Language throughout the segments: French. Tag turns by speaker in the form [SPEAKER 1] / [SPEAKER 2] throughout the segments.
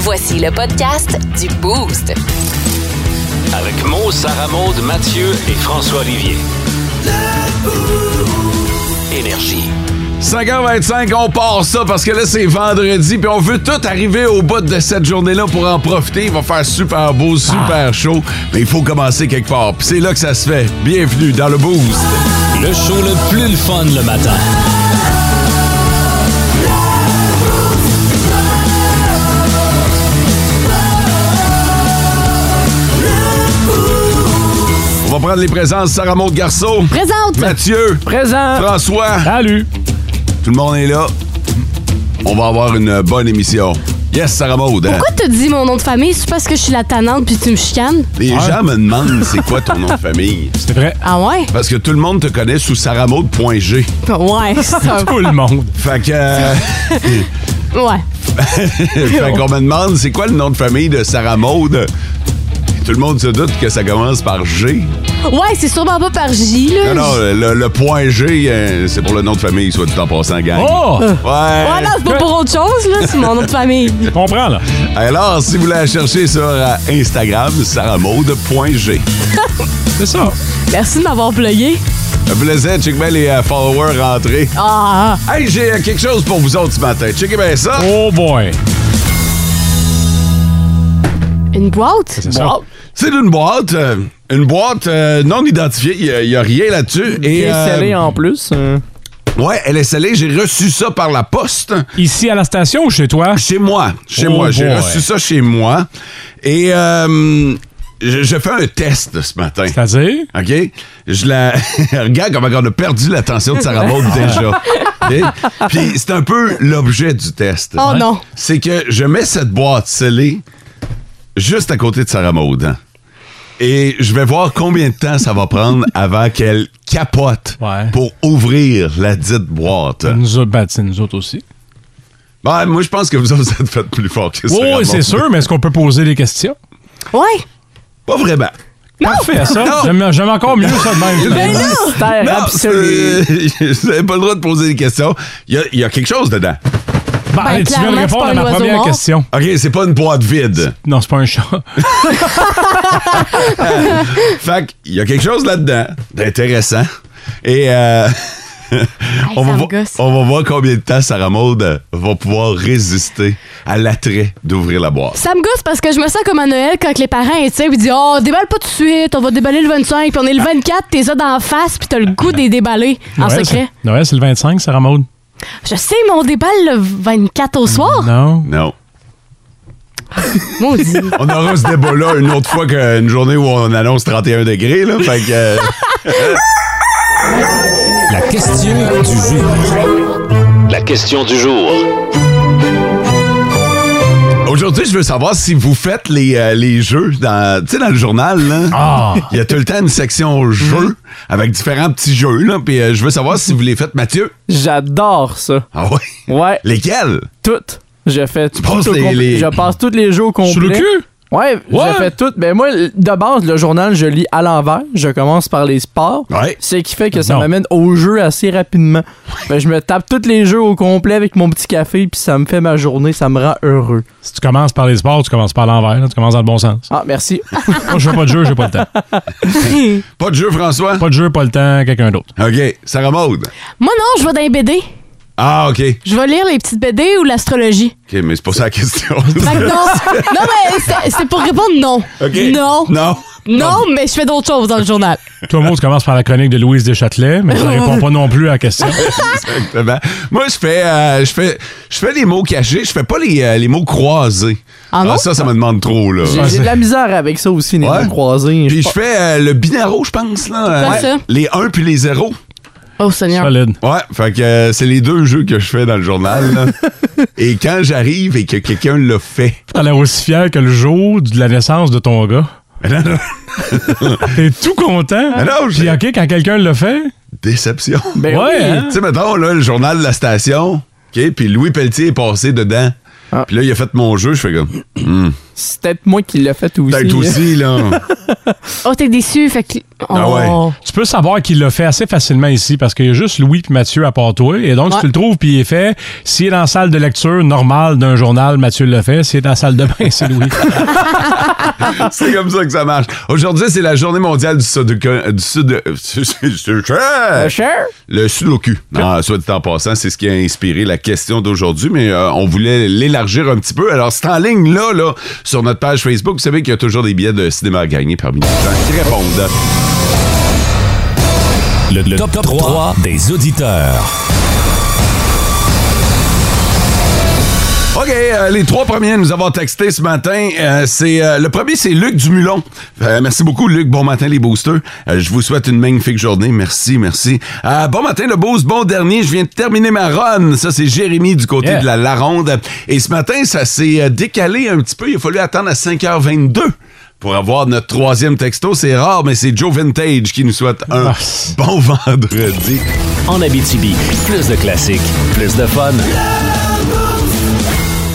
[SPEAKER 1] Voici le podcast du Boost.
[SPEAKER 2] Avec Mo, Sarah Maud, Mathieu et François Olivier. Énergie.
[SPEAKER 3] 5h25, on part ça parce que là, c'est vendredi, puis on veut tout arriver au bout de cette journée-là pour en profiter. Il va faire super beau,
[SPEAKER 4] Ah.
[SPEAKER 3] super chaud, mais il faut commencer quelque part. Puis c'est là que ça se fait. Bienvenue dans le Boost.
[SPEAKER 2] Le show le plus le fun le matin.
[SPEAKER 3] On va prendre les présences. Sarah Maud Garceau.
[SPEAKER 4] Présente.
[SPEAKER 3] Mathieu.
[SPEAKER 5] Présent.
[SPEAKER 3] François.
[SPEAKER 5] Salut.
[SPEAKER 3] Tout le monde est là. On va avoir une bonne émission. Yes, Sarah Maud. hein?
[SPEAKER 4] Pourquoi tu dis mon nom de famille? C'est parce que je suis la tannante puis tu me chicanes?
[SPEAKER 3] Les gens me demandent c'est quoi ton nom de famille.
[SPEAKER 5] C'est vrai.
[SPEAKER 4] Ah ouais?
[SPEAKER 3] Parce que tout le monde te connaît sous sarahmaud.g.
[SPEAKER 4] Ouais, c'est un
[SPEAKER 5] Tout le monde.
[SPEAKER 3] Fait que. euh,
[SPEAKER 4] Ouais.
[SPEAKER 3] fait qu'on me demande c'est quoi le nom de famille de Sarah Maud. Tout le monde se doute que ça commence par G.
[SPEAKER 4] Ouais, c'est sûrement pas par J, là.
[SPEAKER 3] Non, non, euh, le, le point G, euh, c'est pour le nom de famille, soit dit en passant, gang.
[SPEAKER 5] Oh!
[SPEAKER 3] Euh. Ouais.
[SPEAKER 4] Ouais, non, c'est pas pour autre chose, là. C'est mon nom de famille.
[SPEAKER 5] Je comprends, là.
[SPEAKER 3] Alors, si vous voulez la chercher sur euh, Instagram, sarahmaud.g.
[SPEAKER 5] C'est ça.
[SPEAKER 4] Merci de m'avoir plugué.
[SPEAKER 3] Un plaisir, check bien les euh, followers rentrés.
[SPEAKER 4] Ah,
[SPEAKER 3] Hey, j'ai euh, quelque chose pour vous autres ce matin. Checkez bien ça.
[SPEAKER 5] Oh boy.
[SPEAKER 4] une boîte?
[SPEAKER 5] C'est ça.
[SPEAKER 3] C'est une boîte, euh, une boîte euh, non identifiée. Il n'y a, rien là-dessus. Et, euh,
[SPEAKER 6] en plus.
[SPEAKER 3] ouais, elle est scellée. J'ai reçu ça par la poste.
[SPEAKER 5] Ici à la station ou chez toi?
[SPEAKER 3] Chez moi. Chez
[SPEAKER 5] Oh
[SPEAKER 3] moi. J'ai
[SPEAKER 5] boy.
[SPEAKER 3] reçu ça chez moi. Et euh, je, je fais un test ce matin.
[SPEAKER 5] C'est-à-dire?
[SPEAKER 3] OK? Je la. Regarde comment on a perdu l'attention de Sarah Maud déjà. OK? Puis c'est un peu l'objet du test.
[SPEAKER 4] Oh non.
[SPEAKER 3] C'est que je mets cette boîte scellée juste à côté de Sarah Maud. hein. Et je vais voir combien de temps ça va prendre avant qu'elle capote
[SPEAKER 5] Ouais.
[SPEAKER 3] pour ouvrir la dite boîte.
[SPEAKER 5] Nous autres, ben, c'est nous autres aussi.
[SPEAKER 3] Ben, moi, je pense que vous autres, vous êtes fait plus fort que ça.
[SPEAKER 5] Oui, c'est sûr, mais est-ce qu'on peut poser des questions?
[SPEAKER 4] Ouais.
[SPEAKER 3] Pas vraiment.
[SPEAKER 5] Parfait, ça. J'aime j'aime encore mieux ça de même.
[SPEAKER 4] Ben
[SPEAKER 5] finalement.
[SPEAKER 3] Ben Non, c'est- vous n'avez pas le droit de poser des questions. Il y a- il y a quelque chose dedans.
[SPEAKER 5] Ben,
[SPEAKER 4] Ben,
[SPEAKER 5] tu viens de
[SPEAKER 4] clairement,
[SPEAKER 5] répondre
[SPEAKER 4] c'est pas
[SPEAKER 5] à ma
[SPEAKER 4] un oiseau
[SPEAKER 5] première
[SPEAKER 4] mort.
[SPEAKER 5] question.
[SPEAKER 3] OK, c'est pas une boîte vide.
[SPEAKER 5] Non, c'est pas un chat.
[SPEAKER 3] Fait qu'il y a quelque chose là-dedans d'intéressant. Et euh, on,
[SPEAKER 4] ça
[SPEAKER 3] va
[SPEAKER 4] me
[SPEAKER 3] vo-
[SPEAKER 4] gosse.
[SPEAKER 3] on va voir combien de temps Sarah Maud va pouvoir résister à l'attrait d'ouvrir la boîte.
[SPEAKER 4] Ça me gosse parce que je me sens comme à Noël quand les parents, tu sais, ils disent Oh, déballe pas tout de suite, on va déballer le 25, puis on est le 24, t'es là d'en face, puis t'as le goût des déballer en
[SPEAKER 5] Noël,
[SPEAKER 4] secret.
[SPEAKER 5] c'est- Noël, c'est le 25, Sarah Maud.
[SPEAKER 4] Je sais, mais on déballe le 24 au soir.
[SPEAKER 5] Non.
[SPEAKER 3] Non.
[SPEAKER 4] Maudit.
[SPEAKER 3] On aura ce débat-là une autre fois qu'une journée où on annonce 31 degrés. Là, fait que, euh,
[SPEAKER 2] La question du jour. La question du jour.
[SPEAKER 3] aujourd'hui, je veux savoir si vous faites les, euh, les jeux dans, tu sais, dans le journal. là.
[SPEAKER 5] Ah!
[SPEAKER 3] Il y a tout le temps une section jeux avec différents petits jeux. Là, puis euh, je veux savoir si vous les faites, Mathieu.
[SPEAKER 6] J'adore ça.
[SPEAKER 3] Ah ouais?
[SPEAKER 6] Ouais,
[SPEAKER 3] Lesquels?
[SPEAKER 6] toutes. Je fais tout
[SPEAKER 3] passes
[SPEAKER 6] au
[SPEAKER 3] les-
[SPEAKER 6] complet.
[SPEAKER 3] les-
[SPEAKER 6] Je passe tous les jours au complet.
[SPEAKER 5] Sous le cul?
[SPEAKER 6] Ouais,
[SPEAKER 5] Ouais.
[SPEAKER 6] je fais tout. Mais moi, l- de base, le journal, je lis à l'envers. Je commence par les sports.
[SPEAKER 3] Ouais.
[SPEAKER 6] Ce qui fait que ça
[SPEAKER 5] Non.
[SPEAKER 6] m'amène au jeu assez rapidement. Ben, je me tape tous les jeux au complet avec mon petit café, puis ça me fait ma journée, ça me rend heureux.
[SPEAKER 5] Si tu commences par les sports, tu commences par l'envers. là. Tu commences dans le bon sens.
[SPEAKER 6] Ah, merci.
[SPEAKER 5] Moi, je fais pas de jeu, j'ai pas le temps.
[SPEAKER 3] Pas de jeu, François?
[SPEAKER 5] Pas de jeu, pas le temps, quelqu'un d'autre.
[SPEAKER 3] OK. Sarah Maud.
[SPEAKER 4] Moi, non, je vais dans les BD.
[SPEAKER 3] Ah, OK.
[SPEAKER 4] Je vais lire les petites BD ou l'astrologie.
[SPEAKER 3] OK, mais c'est pas ça la question.
[SPEAKER 4] Fait que Ben non, non, mais c'est- c'est pour répondre non.
[SPEAKER 3] OK.
[SPEAKER 4] Non. non.
[SPEAKER 3] Non.
[SPEAKER 4] mais je fais d'autres choses dans le journal.
[SPEAKER 5] Toi, Maud, tu commences par la chronique de Louise Deschâtelet, mais tu réponds pas non plus à la question.
[SPEAKER 3] Exactement. Moi, je fais, euh, je fais, je fais les mots cachés. Je fais pas les, euh, les mots croisés.
[SPEAKER 4] Ah non?
[SPEAKER 3] ça, ça me demande trop, là.
[SPEAKER 6] J'ai j'ai de la misère avec ça aussi, les
[SPEAKER 3] Ouais.
[SPEAKER 6] mots croisés.
[SPEAKER 3] Puis
[SPEAKER 6] Je
[SPEAKER 3] je fais euh, le binaro, je pense, là.
[SPEAKER 4] Quoi, ça?
[SPEAKER 3] Les 1 puis les 0.
[SPEAKER 4] Oh, Seigneur.
[SPEAKER 5] Solide.
[SPEAKER 3] Ouais, fait que euh, c'est les deux jeux que je fais dans le journal, là. et quand j'arrive et que quelqu'un le fait.
[SPEAKER 5] T'as l'air aussi fier que le jour de la naissance de ton gars.
[SPEAKER 3] Mais non, non,
[SPEAKER 5] T'es tout content.
[SPEAKER 3] mais Ah non,
[SPEAKER 5] Puis,
[SPEAKER 3] j'ai Eh
[SPEAKER 5] OK, quand quelqu'un le fait,
[SPEAKER 3] déception.
[SPEAKER 6] Ben
[SPEAKER 5] ouais,
[SPEAKER 6] oui.
[SPEAKER 5] hein?
[SPEAKER 3] Tu sais, mettons, là, le journal de la station, OK, puis Louis Pelletier est passé dedans.
[SPEAKER 6] Ah.
[SPEAKER 3] Puis là, il a fait mon jeu, je fais comme,
[SPEAKER 6] C'est peut-être moi qui l'ai fait aussi.
[SPEAKER 3] peut-être aussi, là.
[SPEAKER 4] Oh, t'es déçu, fait que
[SPEAKER 3] Ah ouais.
[SPEAKER 4] Oh.
[SPEAKER 5] Tu peux savoir qu'il l'a fait assez facilement ici parce qu'il y a juste Louis puis Mathieu à part toi. Et donc, si
[SPEAKER 4] Ouais.
[SPEAKER 5] tu le trouves puis il est fait, s'il est dans la salle de lecture normale d'un journal, Mathieu le fait. S'il est dans la salle de bain, c'est Louis.
[SPEAKER 3] C'est comme ça que ça marche. Aujourd'hui, c'est la journée mondiale du sudoku. Du sud. euh, Le sudoku. Ah, soit dit en passant, c'est ce qui a inspiré la question d'aujourd'hui, mais euh, on voulait l'élargir un petit peu. Alors, c'est en ligne là, là, sur notre page Facebook. Vous savez qu'il y a toujours des billets de cinéma à gagner parmi les gens qui répondent.
[SPEAKER 2] Le, top, 3 des auditeurs.
[SPEAKER 3] OK, euh, les trois premiers à nous avoir texté ce matin, euh, c'est euh, le premier, c'est Luc Dumulon. Euh, merci beaucoup, Luc. Bon matin, les boosters. Euh, je vous souhaite une magnifique journée. Merci, merci. Euh, bon matin, le boost. Bon dernier. Je viens de terminer ma run. Ça, c'est Jérémy du côté
[SPEAKER 5] Yeah.
[SPEAKER 3] de la Laronde. Et ce matin, ça s'est euh, décalé un petit peu. Il a fallu attendre à 5h22 pour avoir notre troisième texto. C'est rare, mais c'est Joe Vintage qui nous souhaite un
[SPEAKER 5] Ah.
[SPEAKER 3] bon vendredi.
[SPEAKER 2] En Abitibi, plus de classiques, plus de fun.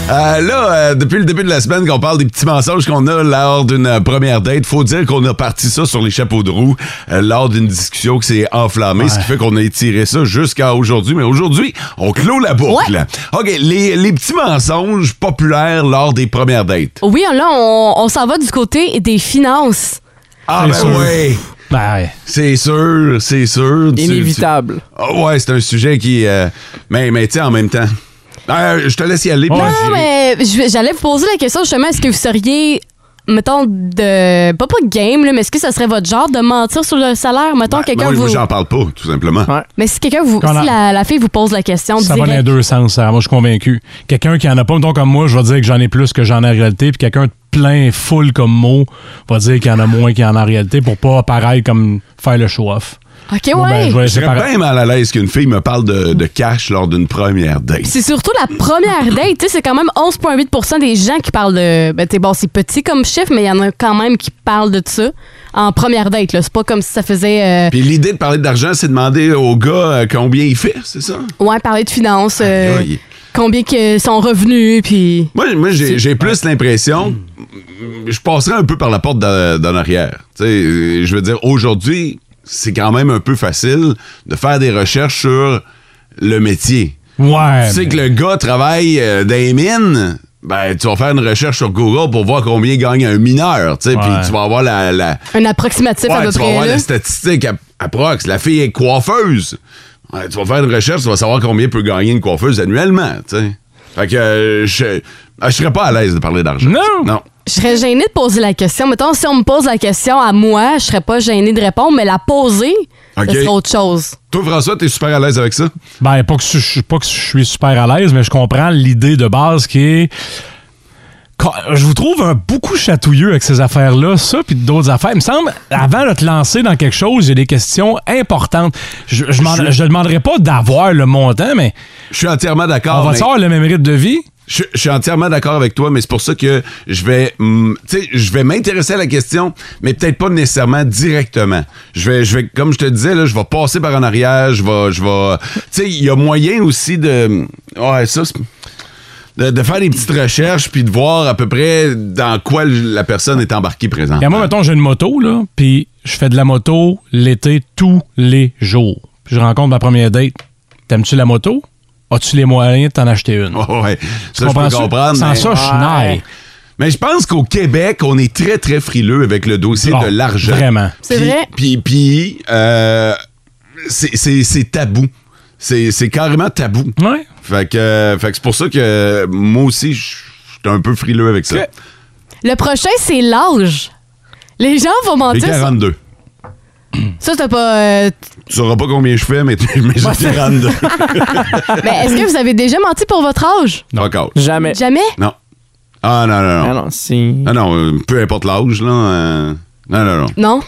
[SPEAKER 3] Euh, là, euh, depuis le début de la semaine qu'on parle des petits mensonges qu'on a lors d'une euh, première date, faut dire qu'on a parti ça sur les chapeaux de roue euh, lors d'une discussion qui s'est enflammée, ce qui fait qu'on a étiré ça jusqu'à aujourd'hui. Mais aujourd'hui, on clôt la boucle. OK, les, les petits mensonges populaires lors des premières dates.
[SPEAKER 4] Oui, là, on, on s'en va du côté des finances.
[SPEAKER 3] Ah
[SPEAKER 5] C'est sûr.
[SPEAKER 3] oui!
[SPEAKER 5] Ben, ouais.
[SPEAKER 3] C'est sûr, c'est sûr. Tu- tu-
[SPEAKER 6] Inévitable.
[SPEAKER 3] Ah ouais, c'est un sujet qui... euh, mais mais tu sais, en même temps... Euh, je te laisse y aller. puis
[SPEAKER 5] Ouais.
[SPEAKER 3] je-
[SPEAKER 4] Non, mais je- j'allais vous poser la question justement, est-ce que vous seriez, mettons, de. Pas pas game, là, mais est-ce que ça serait votre genre de mentir sur le salaire? Mettons,
[SPEAKER 3] Ben,
[SPEAKER 4] quelqu'un
[SPEAKER 3] moi,
[SPEAKER 4] vous.
[SPEAKER 3] moi, j'en parle pas, tout simplement.
[SPEAKER 6] Ouais.
[SPEAKER 4] Mais si quelqu'un vous.
[SPEAKER 5] Quand
[SPEAKER 4] Si
[SPEAKER 5] la-
[SPEAKER 4] la, la fille vous pose la question,
[SPEAKER 5] Ça va dans les
[SPEAKER 4] direct,
[SPEAKER 5] deux sens, ça. Moi, je suis convaincu. Quelqu'un qui en a pas, mettons comme moi, je vais dire que j'en ai plus que j'en ai en réalité. Puis quelqu'un de plein, full comme mot, va dire qu'il y en a moins qu'il y en a en réalité pour pas, pareil, comme faire le show-off.
[SPEAKER 4] OK,
[SPEAKER 5] Moi, ben,
[SPEAKER 4] ouais.
[SPEAKER 5] je vais
[SPEAKER 3] Je
[SPEAKER 5] séparer-
[SPEAKER 3] serais bien mal à l'aise qu'une fille me parle de, de cash lors d'une première date.
[SPEAKER 4] C'est surtout la première date, tu sais, c'est quand même 11,8 des gens qui parlent de. Ben, tu sais, bon, c'est petit comme chiffre, mais il y en a quand même qui parlent de ça en première date, là. C'est pas comme si ça faisait. euh,
[SPEAKER 3] Puis l'idée de parler d'argent, c'est demander au gars euh, combien il fait, c'est ça?
[SPEAKER 4] ouais, parler de finances, euh,
[SPEAKER 3] aïe.
[SPEAKER 4] combien que sont revenus, puis.
[SPEAKER 3] Moi, moi j'ai j'ai plus l'impression, je passerais un peu par la porte d'en d'en arrière. Tu sais, euh, je veux dire, aujourd'hui, c'est quand même un peu facile de faire des recherches sur le métier.
[SPEAKER 5] Ouais.
[SPEAKER 3] Tu sais
[SPEAKER 5] mais-
[SPEAKER 3] que le gars travaille euh, dans les mines, ben, tu vas faire une recherche sur Google pour voir combien gagne un mineur, tu sais, puis
[SPEAKER 5] Ouais.
[SPEAKER 3] tu vas avoir la- la,
[SPEAKER 4] Un approximatif à
[SPEAKER 3] Ouais,
[SPEAKER 4] peu
[SPEAKER 3] tu vas
[SPEAKER 4] près.
[SPEAKER 3] voir
[SPEAKER 4] là.
[SPEAKER 3] la statistique à, à prox. La fille est coiffeuse. Ouais, tu vas faire une recherche, tu vas savoir combien peut gagner une coiffeuse annuellement. tu sais. Fait que euh, je ah, je serais pas à l'aise de parler d'argent.
[SPEAKER 5] Non.
[SPEAKER 3] Non.
[SPEAKER 4] Je serais gênée de poser la question. Mettons, si on me pose la question à moi, je serais pas gênée de répondre, mais la poser,
[SPEAKER 3] Ok.
[SPEAKER 4] ça serait autre chose.
[SPEAKER 3] Toi, François, t'es super à l'aise avec ça?
[SPEAKER 5] Ben, pas que, je, je- pas que je suis super à l'aise, mais je comprends l'idée de base qui est. Quand- Je vous trouve un beaucoup chatouilleux avec ces affaires-là, ça, puis d'autres affaires. Il me semble, avant de te lancer dans quelque chose, il y a des questions importantes. Je ne
[SPEAKER 3] Je-
[SPEAKER 5] demanderai pas d'avoir le montant, mais
[SPEAKER 3] Je suis entièrement
[SPEAKER 5] on
[SPEAKER 3] d'accord.
[SPEAKER 5] va
[SPEAKER 3] mais-
[SPEAKER 5] savoir le même rythme de vie.
[SPEAKER 3] Je, je suis entièrement d'accord avec toi, mais c'est pour ça que je vais, hum, tu sais, je vais m'intéresser à la question, mais peut-être pas nécessairement directement. Je vais, je vais, comme je te disais là, je vais passer par en arrière, je vais, je vais, tu sais, il y a moyen aussi de, ouais, ça, c'est- de, de faire des petites recherches puis de voir à peu près dans quoi le- la personne est embarquée présente.
[SPEAKER 5] Et moi, mettons, j'ai une moto, là, puis je fais de la moto l'été tous les jours. Puis je rencontre ma première date. T'aimes-tu la moto? As-tu les moyens de t'en acheter une?
[SPEAKER 3] ouais, ça je peux
[SPEAKER 5] Comprends-tu?
[SPEAKER 3] comprendre.
[SPEAKER 5] Sans
[SPEAKER 3] mais-
[SPEAKER 5] ça, je suis
[SPEAKER 6] Ouais.
[SPEAKER 5] naïf.
[SPEAKER 3] Mais je pense qu'au Québec, on est très, très frileux avec le dossier
[SPEAKER 5] Ah,
[SPEAKER 3] de l'argent.
[SPEAKER 5] vraiment.
[SPEAKER 4] C'est
[SPEAKER 3] Puis-
[SPEAKER 4] vrai.
[SPEAKER 3] Puis, puis euh, c'est- c'est c'est tabou. C'est c'est carrément tabou.
[SPEAKER 5] Ouais.
[SPEAKER 3] Fait que, euh, fait que c'est pour ça que euh, moi aussi, je suis un peu frileux avec ça.
[SPEAKER 4] Le prochain, c'est l'âge. Les gens vont
[SPEAKER 3] J'ai
[SPEAKER 4] mentir. sur-
[SPEAKER 3] 42.
[SPEAKER 4] Ça, t'as pas. euh,
[SPEAKER 3] Tu sauras pas combien je fais, mais, mais j'ai 42.
[SPEAKER 4] mais est-ce que vous avez déjà menti pour votre âge?
[SPEAKER 3] Pas encore.
[SPEAKER 6] Jamais.
[SPEAKER 4] Jamais?
[SPEAKER 3] Non. Ah non, non,
[SPEAKER 6] Ah
[SPEAKER 3] non.
[SPEAKER 6] non, c'est.
[SPEAKER 3] Ah non, euh, peu importe l'âge, là. euh, non, non, non.
[SPEAKER 4] Non?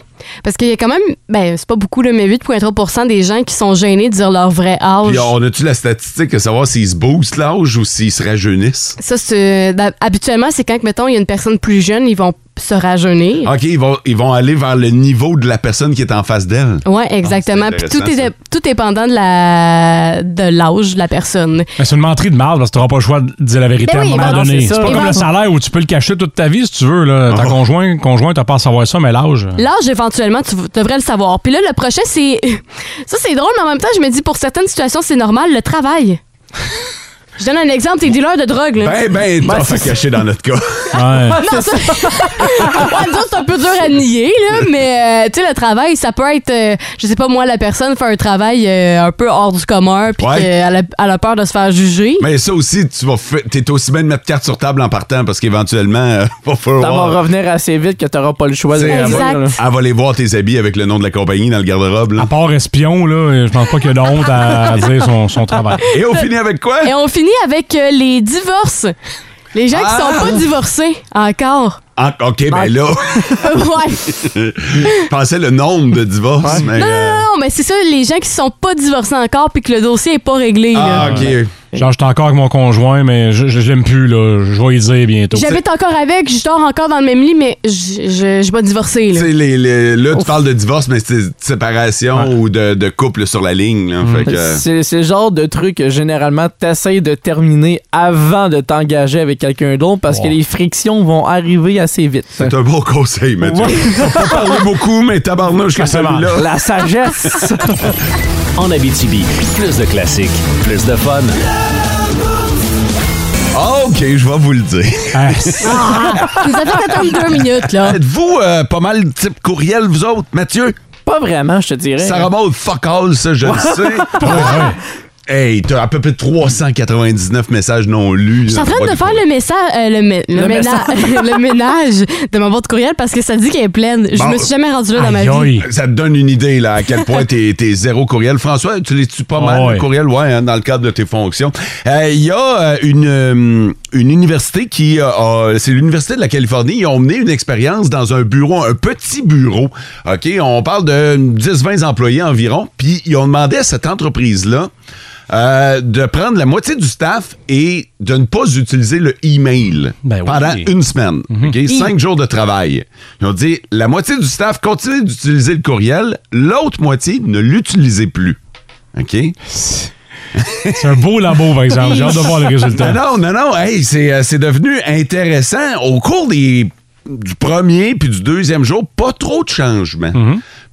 [SPEAKER 4] Parce qu'il y a quand même, ben, c'est pas beaucoup, là, mais 8,3 des gens qui sont gênés de dire leur vrai âge.
[SPEAKER 3] Puis on a-tu la statistique à savoir s'ils se boostent l'âge ou s'ils se rajeunissent?
[SPEAKER 4] ben, Ça, c'est. euh, d'hab- Habituellement, c'est quand, que, mettons, il y a une personne plus jeune, ils vont se rajeunir.
[SPEAKER 3] OK, ils vont, ils vont aller vers le niveau de la personne qui est en face d'elle.
[SPEAKER 4] Ouais, exactement. Puis tout,
[SPEAKER 3] Ah. intéressant,
[SPEAKER 4] est,
[SPEAKER 3] ça.
[SPEAKER 4] tout dépendant de la de l'âge de la personne.
[SPEAKER 3] Ah.
[SPEAKER 5] Mais c'est une menterie de marde parce que t'auras pas le choix de dire la vérité
[SPEAKER 4] Ben oui,
[SPEAKER 5] à un moment
[SPEAKER 4] ben non,
[SPEAKER 5] donné.
[SPEAKER 4] c'est
[SPEAKER 5] C'est
[SPEAKER 4] ça.
[SPEAKER 5] pas
[SPEAKER 4] Et
[SPEAKER 5] comme
[SPEAKER 4] ben-
[SPEAKER 5] le salaire où tu peux le cacher toute ta vie si tu veux. Là. Ta
[SPEAKER 3] Ah.
[SPEAKER 5] conjoint, conjoint, t'as pas à savoir ça, mais l'âge.
[SPEAKER 4] L'âge, éventuellement, tu v- devrais le savoir. Puis là, le prochain, c'est. Ça, c'est drôle, mais en même temps, je me dis, pour certaines situations, c'est normal, le travail. je donne un exemple, t'es dealer de drogue, là.
[SPEAKER 3] Ben, ben, t'en fais cacher dans notre cas.
[SPEAKER 5] Ouais.
[SPEAKER 4] Non, ça... Ouais, nous autres, c'est un peu dur à nier, là, mais euh, tu sais, le travail, ça peut être, euh, je sais pas moi, la personne fait un travail euh, un peu hors du commun, puis
[SPEAKER 3] Ouais.
[SPEAKER 4] qu'elle a, elle a peur de se faire juger.
[SPEAKER 3] Mais ça aussi, tu vas fa- t'es aussi bien de mettre carte sur table en partant parce qu'éventuellement, euh, va
[SPEAKER 6] Ça va
[SPEAKER 3] falloir.
[SPEAKER 6] revenir assez vite que t'auras pas le choix de
[SPEAKER 3] C'est
[SPEAKER 6] réagir,
[SPEAKER 4] exact.
[SPEAKER 6] là.
[SPEAKER 3] Elle va aller voir tes habits avec le nom de la compagnie dans le garde-robe.
[SPEAKER 5] À
[SPEAKER 3] là.
[SPEAKER 5] part espion, là, je pense pas qu'il y a de honte à, à dire son, son travail.
[SPEAKER 3] Et on finit avec quoi?
[SPEAKER 4] Et on finit avec euh, les divorces. Les gens
[SPEAKER 3] Ah!
[SPEAKER 4] qui sont pas divorcés encore.
[SPEAKER 3] Ah, OK, ben là,
[SPEAKER 4] ouais.
[SPEAKER 3] je pensais le nombre de divorces, mais.
[SPEAKER 4] Non,
[SPEAKER 3] euh,
[SPEAKER 4] non, non, mais c'est ça, les gens qui sont pas divorcés encore puis que le dossier est pas réglé. là.
[SPEAKER 3] Ah, OK.
[SPEAKER 5] Genre, j'étais encore avec mon conjoint, mais je, je, je l'aime plus, là. Je vais y dire bientôt.
[SPEAKER 4] J'habite encore avec, je dors encore dans le même lit, mais je je- je suis pas divorcée.
[SPEAKER 3] Tu
[SPEAKER 4] Là.
[SPEAKER 3] sais, les, les- là, tu parles de divorce, mais c'est de séparation ou de, de couple sur la ligne. Là, fait que-
[SPEAKER 6] C'est c'est le genre de truc que généralement t'essayes de terminer avant de t'engager avec quelqu'un d'autre parce que
[SPEAKER 5] Ouais.
[SPEAKER 6] les frictions vont arriver assez vite.
[SPEAKER 3] c'est un bon conseil, Mathieu. On peut parler beaucoup, mais tabarnouche que
[SPEAKER 5] Forcément.
[SPEAKER 3] celui-là.
[SPEAKER 6] La sagesse!
[SPEAKER 2] En Abitibi, plus de classiques, plus de fun.
[SPEAKER 3] Ah, OK, je vais vous le dire.
[SPEAKER 5] Ah,
[SPEAKER 4] Tu nous as fait attendre deux minutes, là.
[SPEAKER 3] Êtes-vous euh, pas mal type courriel, vous autres, Mathieu?
[SPEAKER 6] Pas vraiment, je te
[SPEAKER 4] Hein?
[SPEAKER 6] dirais.
[SPEAKER 3] Ça remonte fuck all, ça, je le sais. Hey, t'as à peu près 399 messages non lus.
[SPEAKER 4] Je suis en train de faire le message, euh, le, mé- le
[SPEAKER 6] Le
[SPEAKER 4] ménage, le ménage de ma boîte courriel parce que ça dit qu'elle est pleine. Je
[SPEAKER 3] Bon.
[SPEAKER 4] me suis jamais rendue là dans ma
[SPEAKER 5] Aïe,
[SPEAKER 4] vie.
[SPEAKER 5] aïe.
[SPEAKER 3] Ça te donne une idée là, à quel point t'es es zéro courriel. François, tu l'es-tu pas mal,
[SPEAKER 5] Ah ouais.
[SPEAKER 3] le courriel, ouais, hein, dans le cadre de tes fonctions. Euh, Il y a euh, une, euh, une université qui euh, a- c'est l'Université de la Californie, ils ont mené une expérience dans un bureau, un petit bureau. OK, on parle de 10-20 employés environ, puis ils ont demandé à cette entreprise-là euh, de prendre la moitié du staff et de ne pas utiliser le email
[SPEAKER 5] Ben oui. Mhm.
[SPEAKER 3] pendant une semaine. OK? Cinq jours de travail. Ils ont dit la moitié du staff continue d'utiliser le courriel, l'autre moitié ne l'utilisez plus. OK?
[SPEAKER 5] C'est un beau labo, par exemple. J'ai hâte de voir le résultat.
[SPEAKER 3] Non, non, non, non. Hey, c'est, euh, c'est devenu intéressant. Au cours des, du premier puis du deuxième jour, pas trop de changements.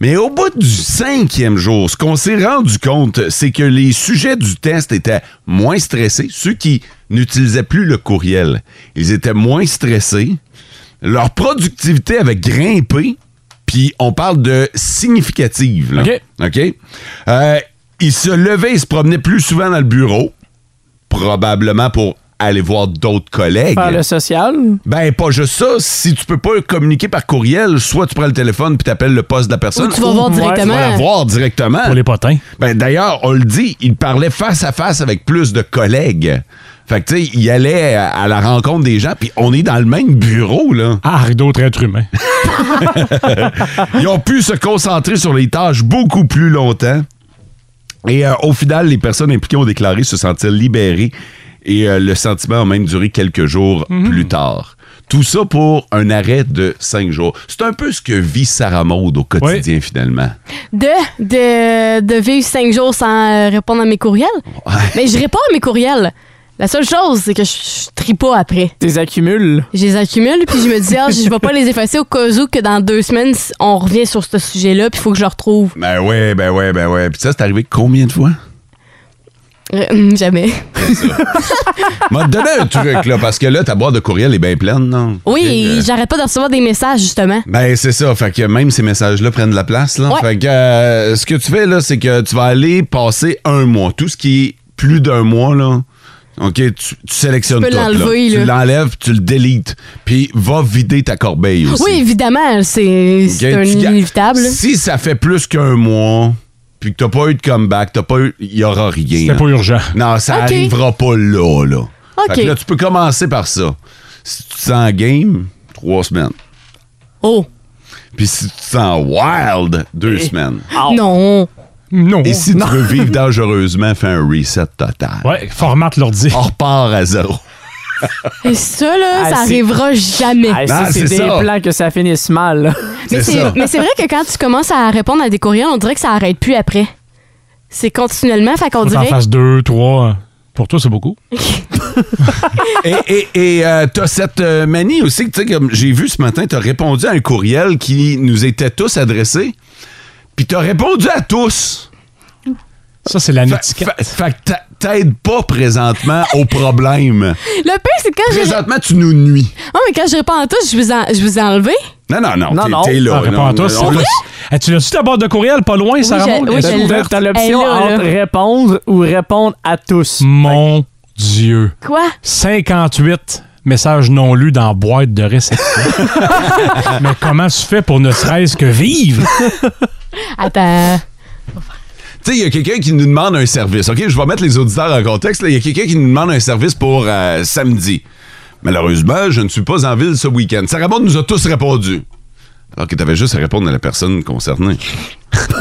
[SPEAKER 3] Mais au bout du cinquième jour, ce qu'on s'est rendu compte, c'est que les sujets du test étaient moins stressés. Ceux qui n'utilisaient plus le courriel, ils étaient moins stressés. Leur productivité avait grimpé. Puis on parle de significative. là.
[SPEAKER 5] OK.
[SPEAKER 3] OK? Euh, ils se levaient et se promenaient plus souvent dans le bureau probablement pour aller voir d'autres collègues.
[SPEAKER 6] Faire Ah, le social.
[SPEAKER 3] Ben, pas juste ça. Si tu peux pas communiquer par courriel, soit tu prends le téléphone puis t'appelles le poste de la personne.
[SPEAKER 4] Ou tu vas voir
[SPEAKER 6] Ouais,
[SPEAKER 3] tu vas la
[SPEAKER 4] directement.
[SPEAKER 3] voir directement.
[SPEAKER 5] Pour les potins.
[SPEAKER 3] Ben, d'ailleurs, on le dit, il parlait face à face avec plus de collègues. Fait que, tu sais, il allait à à la rencontre des gens, puis on est dans le même bureau, là.
[SPEAKER 5] Ah, d'autres êtres humains.
[SPEAKER 3] Ils ont pu se concentrer sur les tâches beaucoup plus longtemps. Et euh, au final, les personnes impliquées ont déclaré se sentir libérées et euh, le sentiment a même duré quelques jours plus tard. Tout ça pour un arrêt de cinq jours. C'est un peu ce que vit Sarah Maud au quotidien, finalement.
[SPEAKER 4] De, de, de vivre cinq jours sans euh, répondre à mes courriels. Mais je réponds à mes courriels. La seule chose, c'est que je, je trie pas après.
[SPEAKER 6] T'es accumules.
[SPEAKER 4] Je les accumule, puis je me dis, ah, je vais pas les effacer au cas où que dans deux semaines, on revient sur ce sujet-là, puis il faut que je le retrouve.
[SPEAKER 3] Ben ouais, ben ouais, ben ouais. Puis ça, c'est arrivé combien de fois?
[SPEAKER 4] Euh, jamais.
[SPEAKER 3] M'a donné un truc, là, parce que là, ta boîte de courriel est bien pleine, non?
[SPEAKER 4] Oui,
[SPEAKER 3] Et, euh,
[SPEAKER 4] j'arrête pas de recevoir des messages, justement.
[SPEAKER 3] Ben, c'est ça. Fait que même ces messages-là prennent de la place. Là.
[SPEAKER 4] Ouais.
[SPEAKER 3] Fait que euh, ce que tu fais, là, c'est que tu vas aller passer un mois. Tout ce qui est plus d'un mois, là. OK, tu, tu sélectionnes
[SPEAKER 4] Tu peux
[SPEAKER 3] tout. là.
[SPEAKER 4] l'enlever, là.
[SPEAKER 3] Tu l'enlèves, puis tu le délites. Puis va vider ta corbeille aussi.
[SPEAKER 4] Oui, évidemment, c'est
[SPEAKER 3] OK,
[SPEAKER 4] c'est un
[SPEAKER 3] tu ga-
[SPEAKER 4] inévitable.
[SPEAKER 3] Si ça fait plus qu'un mois, puis que t'as pas eu de comeback, t'as pas eu. Il y aura rien.
[SPEAKER 5] C'était
[SPEAKER 3] là.
[SPEAKER 5] pas urgent.
[SPEAKER 3] Non, ça
[SPEAKER 4] OK.
[SPEAKER 3] arrivera pas là, là.
[SPEAKER 4] OK.
[SPEAKER 3] Fait que là, tu peux commencer par ça. Si tu te sens game, trois semaines.
[SPEAKER 4] Oh,
[SPEAKER 3] Puis si tu te sens wild, deux semaines.
[SPEAKER 4] non.
[SPEAKER 5] Non.
[SPEAKER 3] Et si tu veux vivre dangereusement, fais un reset total. Ah.
[SPEAKER 5] Ouais, formate l'ordi.
[SPEAKER 3] On repart à zéro.
[SPEAKER 4] Et ça, là,
[SPEAKER 6] Ah,
[SPEAKER 4] ça
[SPEAKER 6] c'est-
[SPEAKER 4] arrivera jamais.
[SPEAKER 6] Ah,
[SPEAKER 3] Non,
[SPEAKER 6] ça, c'est
[SPEAKER 3] c'est
[SPEAKER 6] des
[SPEAKER 3] ça.
[SPEAKER 6] plans que ça finisse mal. là.
[SPEAKER 4] mais
[SPEAKER 3] c'est
[SPEAKER 4] c'est
[SPEAKER 3] ça.
[SPEAKER 4] mais c'est vrai que quand tu commences à répondre à des courriels, on dirait que ça arrête plus après. C'est continuellement, fait qu'on
[SPEAKER 5] Faut que t'en
[SPEAKER 4] dirait.
[SPEAKER 5] fasses deux, trois. Pour toi, c'est beaucoup.
[SPEAKER 3] Et et- et, euh, t'as cette euh, manie aussi que tu sais, comme j'ai vu ce matin, t'as répondu à un courriel qui nous était tous adressé, puis t'as répondu à tous.
[SPEAKER 5] Ça, c'est la
[SPEAKER 3] Fait,
[SPEAKER 5] netiquette.
[SPEAKER 3] fait- fait que t'a- t'aides pas présentement au problème.
[SPEAKER 4] Le pire, c'est que quand j'ai.
[SPEAKER 3] Présentement, tu nous nuis.
[SPEAKER 4] Non, mais quand je réponds à tous, je vous, en- je vous ai enlevé.
[SPEAKER 3] Non, non, non,
[SPEAKER 6] Non,
[SPEAKER 3] t'es-
[SPEAKER 6] non.
[SPEAKER 3] t'es là.
[SPEAKER 5] Ah, réponds à
[SPEAKER 3] Non,
[SPEAKER 5] toi,
[SPEAKER 3] on-
[SPEAKER 5] c'est
[SPEAKER 3] on-
[SPEAKER 5] pas- Ah, tu l'as-tu ta boîte de courriel pas loin, ça
[SPEAKER 4] j'ai-
[SPEAKER 5] remonte?
[SPEAKER 4] oui, j'ai-
[SPEAKER 6] T'as
[SPEAKER 4] l'ouverte.
[SPEAKER 6] t'as l'option
[SPEAKER 4] Elle est là, là.
[SPEAKER 6] entre répondre ou répondre à tous.
[SPEAKER 5] Mon Dieu.
[SPEAKER 4] Quoi?
[SPEAKER 5] 58 messages non lus dans la boîte de réception. Mais comment tu fais pour ne serait-ce que vivre?
[SPEAKER 4] Attends.
[SPEAKER 3] Tu sais, il y a quelqu'un qui nous demande un service. OK, je vais mettre les auditeurs en contexte. là. Il y a quelqu'un qui nous demande un service pour euh, samedi. Malheureusement, je ne suis pas en ville ce week-end. Sarah Maud nous a tous répondu. Alors que tu avais juste à répondre à la personne concernée.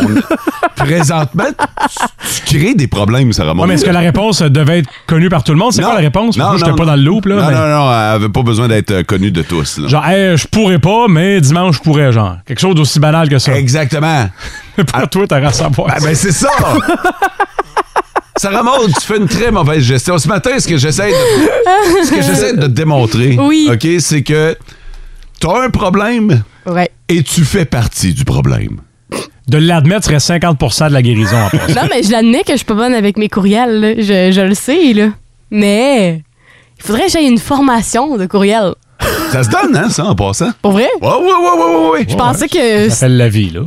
[SPEAKER 3] On- Présentement, tu, tu crées des problèmes, Sarah Maud.
[SPEAKER 5] Ouais, mais est-ce que la réponse devait être connue par tout le monde? C'est
[SPEAKER 3] Non.
[SPEAKER 5] quoi la réponse?
[SPEAKER 3] Non,
[SPEAKER 5] Moi, j'étais
[SPEAKER 3] non,
[SPEAKER 5] pas dans le loop, là.
[SPEAKER 3] non,
[SPEAKER 5] mais-
[SPEAKER 3] non, non, elle avait pas besoin d'être euh, connue de tous. là.
[SPEAKER 5] Genre, hey, je pourrais pas, mais dimanche, je pourrais, genre. Quelque chose d'aussi banal que ça.
[SPEAKER 3] Exactement.
[SPEAKER 5] Pour toi, t'aurais à savoir.
[SPEAKER 3] Ah ben c'est ça! Sarah Maud, tu fais une très mauvaise gestion. Ce matin, ce que j'essaie de, ce que j'essaie de te démontrer,
[SPEAKER 4] Oui.
[SPEAKER 3] OK, c'est que tu as un problème
[SPEAKER 4] Ouais.
[SPEAKER 3] et tu fais partie du problème.
[SPEAKER 5] De l'admettre serait 50 de la guérison, en passant.
[SPEAKER 4] Non, mais je l'admets que je suis pas bonne avec mes courriels, là. Je, je le sais, là. Mais il faudrait que j'aille une formation de courriel.
[SPEAKER 3] Ça se donne, hein, ça, en passant?
[SPEAKER 4] Pour vrai?
[SPEAKER 3] Ouais, ouais, ouais, ouais, ouais, ouais.
[SPEAKER 4] Je pensais que.
[SPEAKER 5] Ça s'appelle la vie, là.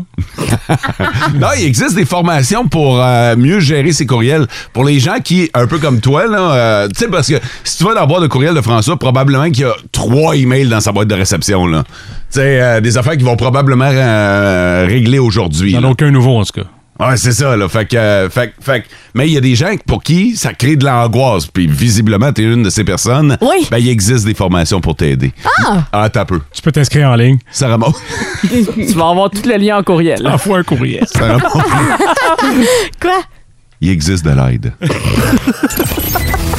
[SPEAKER 3] Non, il existe des formations pour euh, mieux gérer ses courriels. Pour les gens qui, un peu comme toi, là, euh, tu sais, parce que si tu vas dans la boîte de courriel de François, probablement qu'il y a trois emails dans sa boîte de réception, là. Tu sais, euh, des affaires qui vont probablement euh, régler aujourd'hui.
[SPEAKER 5] J'en ai
[SPEAKER 3] là.
[SPEAKER 5] aucun nouveau, en tout cas.
[SPEAKER 3] Ouais, c'est ça, là. Fait que, euh, fait, que- fait que- mais il y a des gens pour qui ça crée de l'angoisse. Puis visiblement, t'es une de ces personnes.
[SPEAKER 4] Oui.
[SPEAKER 3] Ben, il existe des formations pour t'aider.
[SPEAKER 4] Ah!
[SPEAKER 3] Ah, t'as peu.
[SPEAKER 5] Tu peux t'inscrire en ligne.
[SPEAKER 3] Sarah Maud.
[SPEAKER 6] Tu vas avoir tout le lien en courriel.
[SPEAKER 3] Ah,
[SPEAKER 5] Envoie un courriel.
[SPEAKER 3] Sarah Maud,
[SPEAKER 4] Quoi?
[SPEAKER 3] Il existe de l'aide.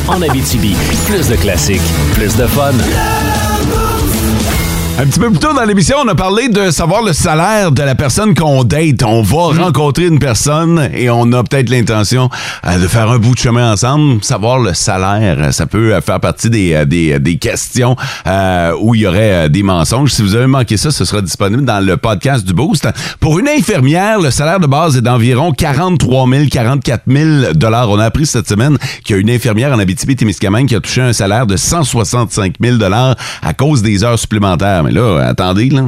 [SPEAKER 2] En Abitibi, plus de classiques, plus de fun.
[SPEAKER 3] Un petit peu plus tôt dans l'émission, on a parlé de savoir le salaire de la personne qu'on date. On va rencontrer une personne et on a peut-être l'intention euh, de faire un bout de chemin ensemble. Savoir le salaire, euh, ça peut euh, faire partie des, euh, des, des questions euh, où il y aurait euh, des mensonges. Si vous avez manqué ça, ce sera disponible dans le podcast du Boost. Pour une infirmière, le salaire de base est d'environ 43 000, 44 000 dollars. On a appris cette semaine qu'il y a une infirmière en Abitibi-Témiscamingue qui a touché un salaire de 165 000 dollars à cause des heures supplémentaires. Mais là, attendez, là,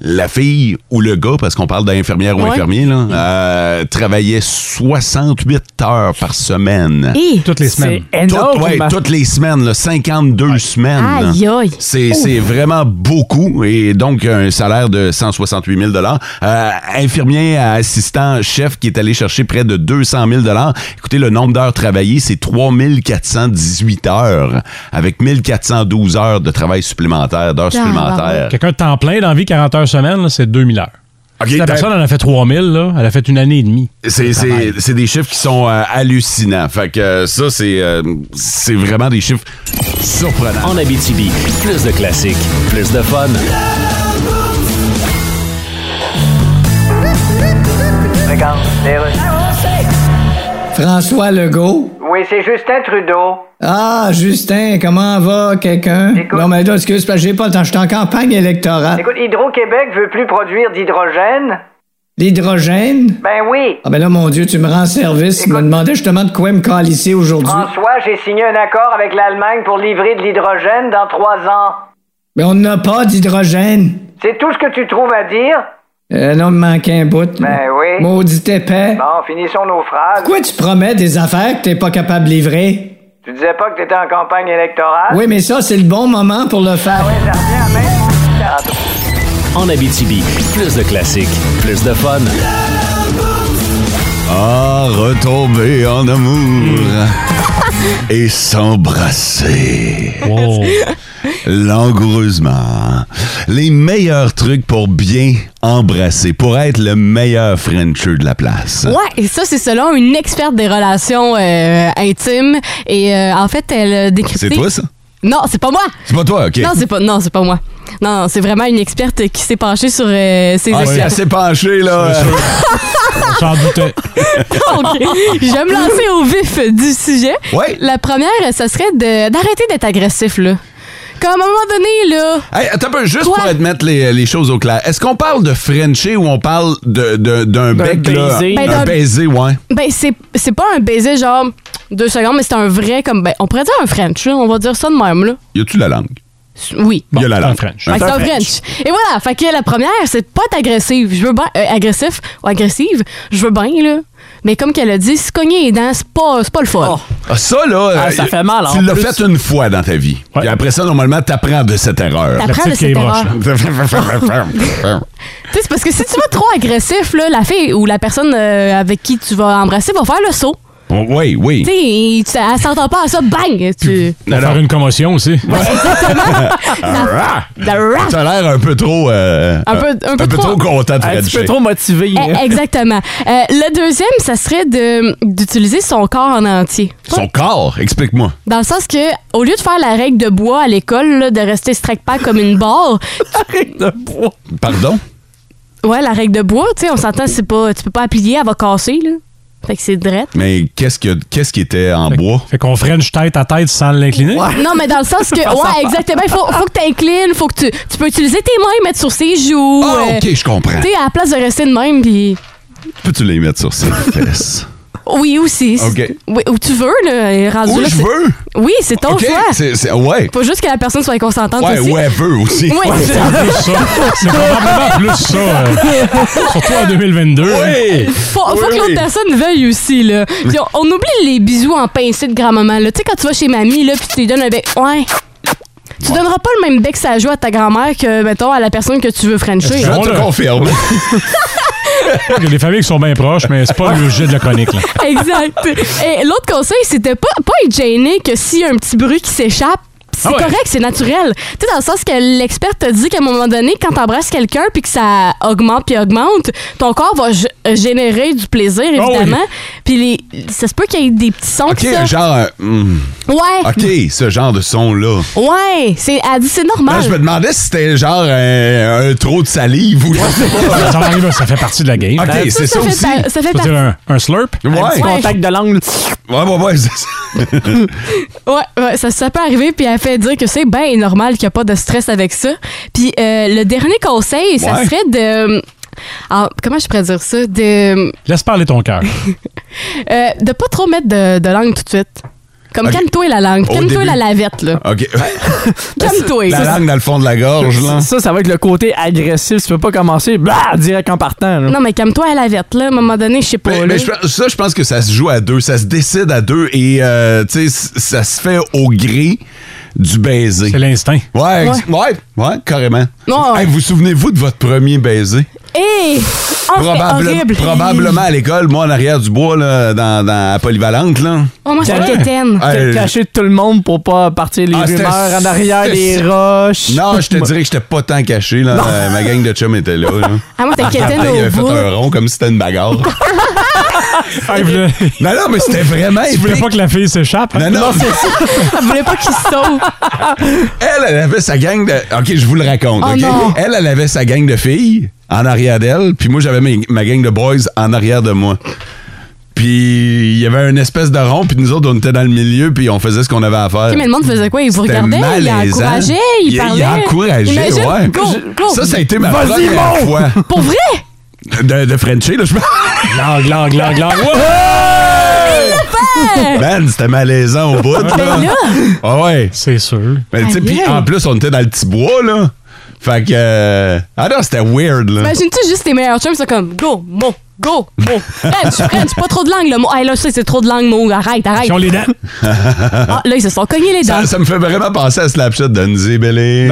[SPEAKER 3] la fille ou le gars, parce qu'on parle d'infirmière ou
[SPEAKER 4] Ouais.
[SPEAKER 3] infirmier, là, euh, travaillait 68 heures par semaine.
[SPEAKER 4] Hé!
[SPEAKER 5] Toutes les
[SPEAKER 6] C'est
[SPEAKER 5] semaines.
[SPEAKER 3] Tout-
[SPEAKER 6] énorme.
[SPEAKER 3] ouais, toutes les semaines, là, 52 semaines. là.
[SPEAKER 4] Aïe, aïe!
[SPEAKER 3] C'est c'est vraiment beaucoup et donc un salaire de 168 000 dollars. Euh, Infirmier à assistant chef qui est allé chercher près de 200 000 dollars. Écoutez, le nombre d'heures travaillées, c'est 3418 heures avec 1412 heures de travail supplémentaire, d'heures supplémentaires.
[SPEAKER 5] Quelqu'un de temps plein dans la vie, 40 heures semaine, là, c'est 2000 heures.
[SPEAKER 3] Ok,
[SPEAKER 5] Si la
[SPEAKER 3] t'as-
[SPEAKER 5] personne en a fait 3000, là, elle a fait une année et demie.
[SPEAKER 3] C'est, c'est,
[SPEAKER 5] travail.
[SPEAKER 3] c'est des chiffres qui sont euh, hallucinants. Fait que euh, ça, c'est, euh, c'est vraiment des chiffres surprenants.
[SPEAKER 2] En Abitibi, plus de classiques, plus de fun.
[SPEAKER 7] François Legault.
[SPEAKER 8] Oui, c'est Justin Trudeau.
[SPEAKER 7] Ah, Justin, comment va quelqu'un?
[SPEAKER 8] Écoute-
[SPEAKER 7] Non, mais là, excuse, parce que j'ai pas le temps. Je suis en campagne électorale.
[SPEAKER 8] Écoute, Hydro-Québec veut plus produire d'hydrogène.
[SPEAKER 7] L'hydrogène?
[SPEAKER 8] Ben oui.
[SPEAKER 7] Ah ben là, mon Dieu, tu me rends service. Tu me
[SPEAKER 8] Écoute- Ah.
[SPEAKER 7] demandais justement de quoi me calisser aujourd'hui.
[SPEAKER 8] François, j'ai signé un accord avec l'Allemagne pour livrer de l'hydrogène dans trois ans.
[SPEAKER 7] Mais on n'a pas d'hydrogène.
[SPEAKER 8] C'est tout ce que tu trouves à dire?
[SPEAKER 7] Euh, non, il me manquait un bout. là.
[SPEAKER 8] Ben oui.
[SPEAKER 7] Maudit épais.
[SPEAKER 8] Bon, finissons nos phrases.
[SPEAKER 7] Pourquoi tu promets des affaires que t'es pas capable de livrer?
[SPEAKER 8] Tu disais pas que t'étais en campagne électorale?
[SPEAKER 7] Oui, mais ça, c'est le bon moment pour le faire.
[SPEAKER 8] Ça revient à même-
[SPEAKER 2] En Abitibi, plus de classiques, plus de fun.
[SPEAKER 3] Ah, retomber en amour Mm. et s'embrasser
[SPEAKER 5] Wow.
[SPEAKER 3] langoureusement. Les meilleurs trucs pour bien embrasser, pour être le meilleur Frencher de la place.
[SPEAKER 4] Ouais, et ça, c'est selon une experte des relations euh, intimes. Et euh, en fait, elle a décrypté.
[SPEAKER 3] C'est toi, ça?
[SPEAKER 4] Non, c'est pas moi.
[SPEAKER 3] C'est pas toi, OK. Ah,
[SPEAKER 4] Non, c'est pas, non, c'est pas moi. Non, non, c'est vraiment une experte qui s'est penchée sur euh, ces
[SPEAKER 3] ah,
[SPEAKER 5] oui.
[SPEAKER 3] si
[SPEAKER 4] équipes.
[SPEAKER 3] elle s'est penchée, là. euh,
[SPEAKER 5] J'en doutais.
[SPEAKER 4] Donc, je vais me lancer au vif du sujet.
[SPEAKER 3] Ouais.
[SPEAKER 4] La première, ça serait de- d'arrêter d'être agressif, là. Comme à un moment donné, là.
[SPEAKER 3] Hey, attends un peu, juste
[SPEAKER 4] Quoi?
[SPEAKER 3] pour admettre les, les choses au clair. Est-ce qu'on parle de Frenchie ou on parle de- de- d'un bec, là?
[SPEAKER 6] baiser.
[SPEAKER 4] Ben,
[SPEAKER 3] un
[SPEAKER 4] d'un-
[SPEAKER 3] baiser, ouais.
[SPEAKER 4] Ben, c'est c'est pas un baiser genre deux secondes, mais c'est un vrai comme. Ben, on pourrait dire un French, là, on va dire ça de même, là.
[SPEAKER 3] Y a-tu la langue?
[SPEAKER 4] Oui.
[SPEAKER 3] Il y a la
[SPEAKER 5] c'est un
[SPEAKER 3] langue.
[SPEAKER 5] French.
[SPEAKER 4] Fait que Ben, Ah, c'est un French. Et voilà, fait que la première, c'est de pas être agressive. Je veux bien. euh, agressif ou agressive, je veux bien, là. Mais comme qu'elle a dit, se cogner les dents, c'est pas, c'est pas le
[SPEAKER 5] Oh,
[SPEAKER 4] fun.
[SPEAKER 3] Ah, ça, là.
[SPEAKER 6] Ah,
[SPEAKER 3] euh,
[SPEAKER 6] ça fait mal, en
[SPEAKER 3] Tu l'as
[SPEAKER 6] plus.
[SPEAKER 3] fait une fois dans ta vie.
[SPEAKER 5] Ouais.
[SPEAKER 3] Puis après ça, normalement, t'apprends de cette erreur.
[SPEAKER 4] T'apprends de
[SPEAKER 5] petite qui est
[SPEAKER 4] cette
[SPEAKER 5] broche,
[SPEAKER 4] erreur.
[SPEAKER 5] là.
[SPEAKER 4] Tu sais, c'est parce que si tu vas trop agressif, là, la fille ou la personne euh, avec qui tu vas embrasser va faire le saut.
[SPEAKER 3] oui, oui.
[SPEAKER 4] Tu sais, et tu- elle s'entend pas à ça, bang! Tu...
[SPEAKER 5] On va faire une commotion aussi.
[SPEAKER 3] Ah!
[SPEAKER 4] La rap!
[SPEAKER 3] T'as l'air un peu trop. euh,
[SPEAKER 4] Un peu- un peu trop-
[SPEAKER 3] content de
[SPEAKER 6] Un
[SPEAKER 3] Frenchie.
[SPEAKER 6] petit peu trop motivé. hein.
[SPEAKER 4] Eh, Exactement. Euh, le deuxième, ça serait de- d'utiliser son corps en entier.
[SPEAKER 3] Son corps, explique-moi.
[SPEAKER 4] Dans le sens que, au lieu de faire la règle de bois à l'école, là, de rester straight pas comme une barre, eh.
[SPEAKER 6] de bois.
[SPEAKER 3] Pardon?
[SPEAKER 4] ouais, la règle de bois, tu sais, on s'entend, c'est pas, tu peux pas appuyer, elle va casser, là. Fait que c'est drette.
[SPEAKER 3] Mais qu'est-ce que- qu'est-ce qui était en bois?
[SPEAKER 5] Fait qu'on French tête à tête sans l'incliner.
[SPEAKER 4] Non, mais dans le sens que, ouais, exactement, il faut, faut que t'inclines, faut que tu, tu peux utiliser tes mains, mettre sur ses joues.
[SPEAKER 3] Ah,
[SPEAKER 4] euh,
[SPEAKER 3] ok, je comprends.
[SPEAKER 4] Tu sais, à la place de rester de même, puis.
[SPEAKER 3] Peux-tu les mettre sur ses fesses?
[SPEAKER 4] Oui, aussi. c'est-
[SPEAKER 3] Ok.
[SPEAKER 4] Oui, où tu veux, là. et rendu
[SPEAKER 3] Où
[SPEAKER 4] là,
[SPEAKER 3] je
[SPEAKER 4] c'est-
[SPEAKER 3] veux?
[SPEAKER 4] Oui, c'est ton
[SPEAKER 3] Ok,
[SPEAKER 4] choix.
[SPEAKER 3] c'est- c'est- ouais.
[SPEAKER 4] Faut juste que la personne soit consentante
[SPEAKER 3] Ouais,
[SPEAKER 4] aussi.
[SPEAKER 3] ouais, veut aussi.
[SPEAKER 4] Oui, c'est ça.
[SPEAKER 5] Plus ça. C'est probablement plus ça. euh, surtout en 2022.
[SPEAKER 3] Oui!
[SPEAKER 4] Faut, faut
[SPEAKER 3] Oui,
[SPEAKER 4] que l'autre
[SPEAKER 3] oui.
[SPEAKER 4] personne veuille aussi, là. Puis on, on oublie les bisous en pincée de grand-maman, là. Tu sais, quand tu vas chez mamie, là, puis tu lui donnes un bec. Ouais. Tu donneras pas le même bec ça joue à ta grand-mère que, mettons, à la personne que tu veux frencher.
[SPEAKER 3] Je
[SPEAKER 5] Bon,
[SPEAKER 3] te
[SPEAKER 5] là.
[SPEAKER 3] confirme.
[SPEAKER 5] Il y a des familles qui sont bien proches, mais c'est pas le jet de la chronique. là.
[SPEAKER 4] exact. Et l'autre conseil, c'était pas, pas être gêné que s'il y a un petit bruit qui s'échappe, c'est
[SPEAKER 5] Ah ouais.
[SPEAKER 4] correct, c'est naturel. Tu sais, dans le sens que l'expert te dit qu'à un moment donné, quand t'embrasses quelqu'un puis que ça augmente puis augmente, ton corps va g- générer du plaisir,
[SPEAKER 5] Ah oui.
[SPEAKER 4] évidemment. Puis les, ça se peut qu'il y ait des petits sons
[SPEAKER 3] Ok,
[SPEAKER 4] qui ça.
[SPEAKER 3] un genre. euh, hmm.
[SPEAKER 4] Ouais,
[SPEAKER 3] Ok, ce genre de son-là.
[SPEAKER 4] ouais. C'est, elle dit c'est
[SPEAKER 3] Là,
[SPEAKER 4] normal.
[SPEAKER 3] je me demandais si c'était genre un, un trop de salive ou je sais pas.
[SPEAKER 5] Ça arrive, ça fait partie de la game.
[SPEAKER 3] Ok, c'est ça
[SPEAKER 4] ça,
[SPEAKER 3] aussi.
[SPEAKER 4] fait, par- ça fait
[SPEAKER 5] Faut
[SPEAKER 4] par-
[SPEAKER 5] dire un, un slurp.
[SPEAKER 3] Ouais,
[SPEAKER 6] Un petit
[SPEAKER 3] ouais,
[SPEAKER 6] contact de l'angle.
[SPEAKER 3] ouais, ouais, c'est ça.
[SPEAKER 4] Ouais, ouais, ça, ça peut arriver, puis elle fait dire que c'est bien normal qu'il n'y a pas de stress avec ça. Puis euh, le dernier conseil, ça
[SPEAKER 3] Ouais.
[SPEAKER 4] serait de. ah, comment je pourrais dire ça? De
[SPEAKER 5] Laisse parler ton cœur.
[SPEAKER 4] euh, de pas trop mettre de, de langue tout de suite. Comme
[SPEAKER 3] Ok.
[SPEAKER 4] calme-toi la langue,
[SPEAKER 3] Au
[SPEAKER 4] calme-toi
[SPEAKER 3] début.
[SPEAKER 4] la lavette, là.
[SPEAKER 3] Ok.
[SPEAKER 4] Calme-toi.
[SPEAKER 3] La langue dans le fond de la gorge, là.
[SPEAKER 6] Ça, ça va être le côté agressif. Tu peux pas commencer bah, direct en partant. là.
[SPEAKER 4] Non, mais calme-toi à la lavette, là. À un moment donné, je sais pas.
[SPEAKER 3] Mais,
[SPEAKER 4] là.
[SPEAKER 3] mais Ben, je pense- ça, je pense que ça se joue à deux. Ça se décide à deux et, euh, tu sais, c- ça se fait au gré du baiser.
[SPEAKER 5] C'est l'instinct.
[SPEAKER 3] Ouais, ex- ouais, ouais, carrément.
[SPEAKER 4] Non.
[SPEAKER 3] Hey, vous souvenez-vous de votre premier baiser?
[SPEAKER 4] Hé! Oh,
[SPEAKER 3] Probable-
[SPEAKER 4] Ah, horrible.
[SPEAKER 3] Probablement à l'école, moi en arrière du bois, là, dans, dans- à Polyvalente, là.
[SPEAKER 4] Oh, moi, c'est
[SPEAKER 6] Ouais.
[SPEAKER 4] quétaine.
[SPEAKER 6] T'as
[SPEAKER 3] Hey,
[SPEAKER 6] caché de tout le monde pour pas partir les
[SPEAKER 3] Ah, c'était-
[SPEAKER 6] rumeurs en arrière des
[SPEAKER 3] c'était-
[SPEAKER 6] roches.
[SPEAKER 3] Non, je te dirais que j'étais pas tant caché, là. Euh, Ma gang de chums était là. là.
[SPEAKER 4] Ah, moi, t'es
[SPEAKER 3] Après,
[SPEAKER 4] quétaine
[SPEAKER 3] il avait
[SPEAKER 4] au
[SPEAKER 3] fait
[SPEAKER 4] bout.
[SPEAKER 3] un rond comme si c'était une bagarre. non,
[SPEAKER 5] Il voulait-
[SPEAKER 3] non, mais c'était vraiment.
[SPEAKER 5] il voulait
[SPEAKER 3] épique.
[SPEAKER 5] pas que la fille s'échappe. hein?
[SPEAKER 3] Non, non,
[SPEAKER 4] Elle voulait pas qu'il se sauve.
[SPEAKER 3] Elle, elle avait sa gang de. OK, je vous le raconte.
[SPEAKER 4] Oh
[SPEAKER 3] OK?
[SPEAKER 4] non.
[SPEAKER 3] Elle, elle avait sa gang de filles en arrière d'elle, puis moi, j'avais mes- ma gang de boys en arrière de moi. Puis il y avait une espèce de rond, puis nous autres, on était dans le milieu, puis on faisait ce qu'on avait à faire.
[SPEAKER 4] Ok, mais le monde faisait quoi? Il vous
[SPEAKER 3] C'était
[SPEAKER 4] regardait, il
[SPEAKER 3] malaisant.
[SPEAKER 4] encourageait, il,
[SPEAKER 3] il
[SPEAKER 4] parlait.
[SPEAKER 3] Il encourageait,
[SPEAKER 4] Imagine,
[SPEAKER 3] ouais.
[SPEAKER 4] Go, go.
[SPEAKER 3] Ça, ça a été ma
[SPEAKER 6] Vas-y,
[SPEAKER 3] première
[SPEAKER 6] mon!
[SPEAKER 3] fois
[SPEAKER 4] Pour vrai?
[SPEAKER 3] de, de Frenchie, là. Je...
[SPEAKER 5] Langue, langue, langue, langue. Ouais!
[SPEAKER 3] Man, c'était malaisant au bout. là.
[SPEAKER 4] Ben là,
[SPEAKER 3] Ah ouais.
[SPEAKER 5] C'est sûr.
[SPEAKER 3] Mais Ben, tu sais, puis
[SPEAKER 4] Aïe.
[SPEAKER 3] en plus, on était dans le petit bois, là. Fait que. euh, Ah non, c'était weird, là.
[SPEAKER 4] imagine-tu juste tes meilleurs chums, c'est comme go, mo, go, mo. Eh, French, French, pas trop de langue, le mot. Hey, là, ça, c'est trop de langue, mot. Arrête, arrête.
[SPEAKER 5] Ils ont les dents.
[SPEAKER 4] Ah, là, ils se sont cognés les dents.
[SPEAKER 3] Ça, ça me fait vraiment penser à Slapshot de Nzi Belling.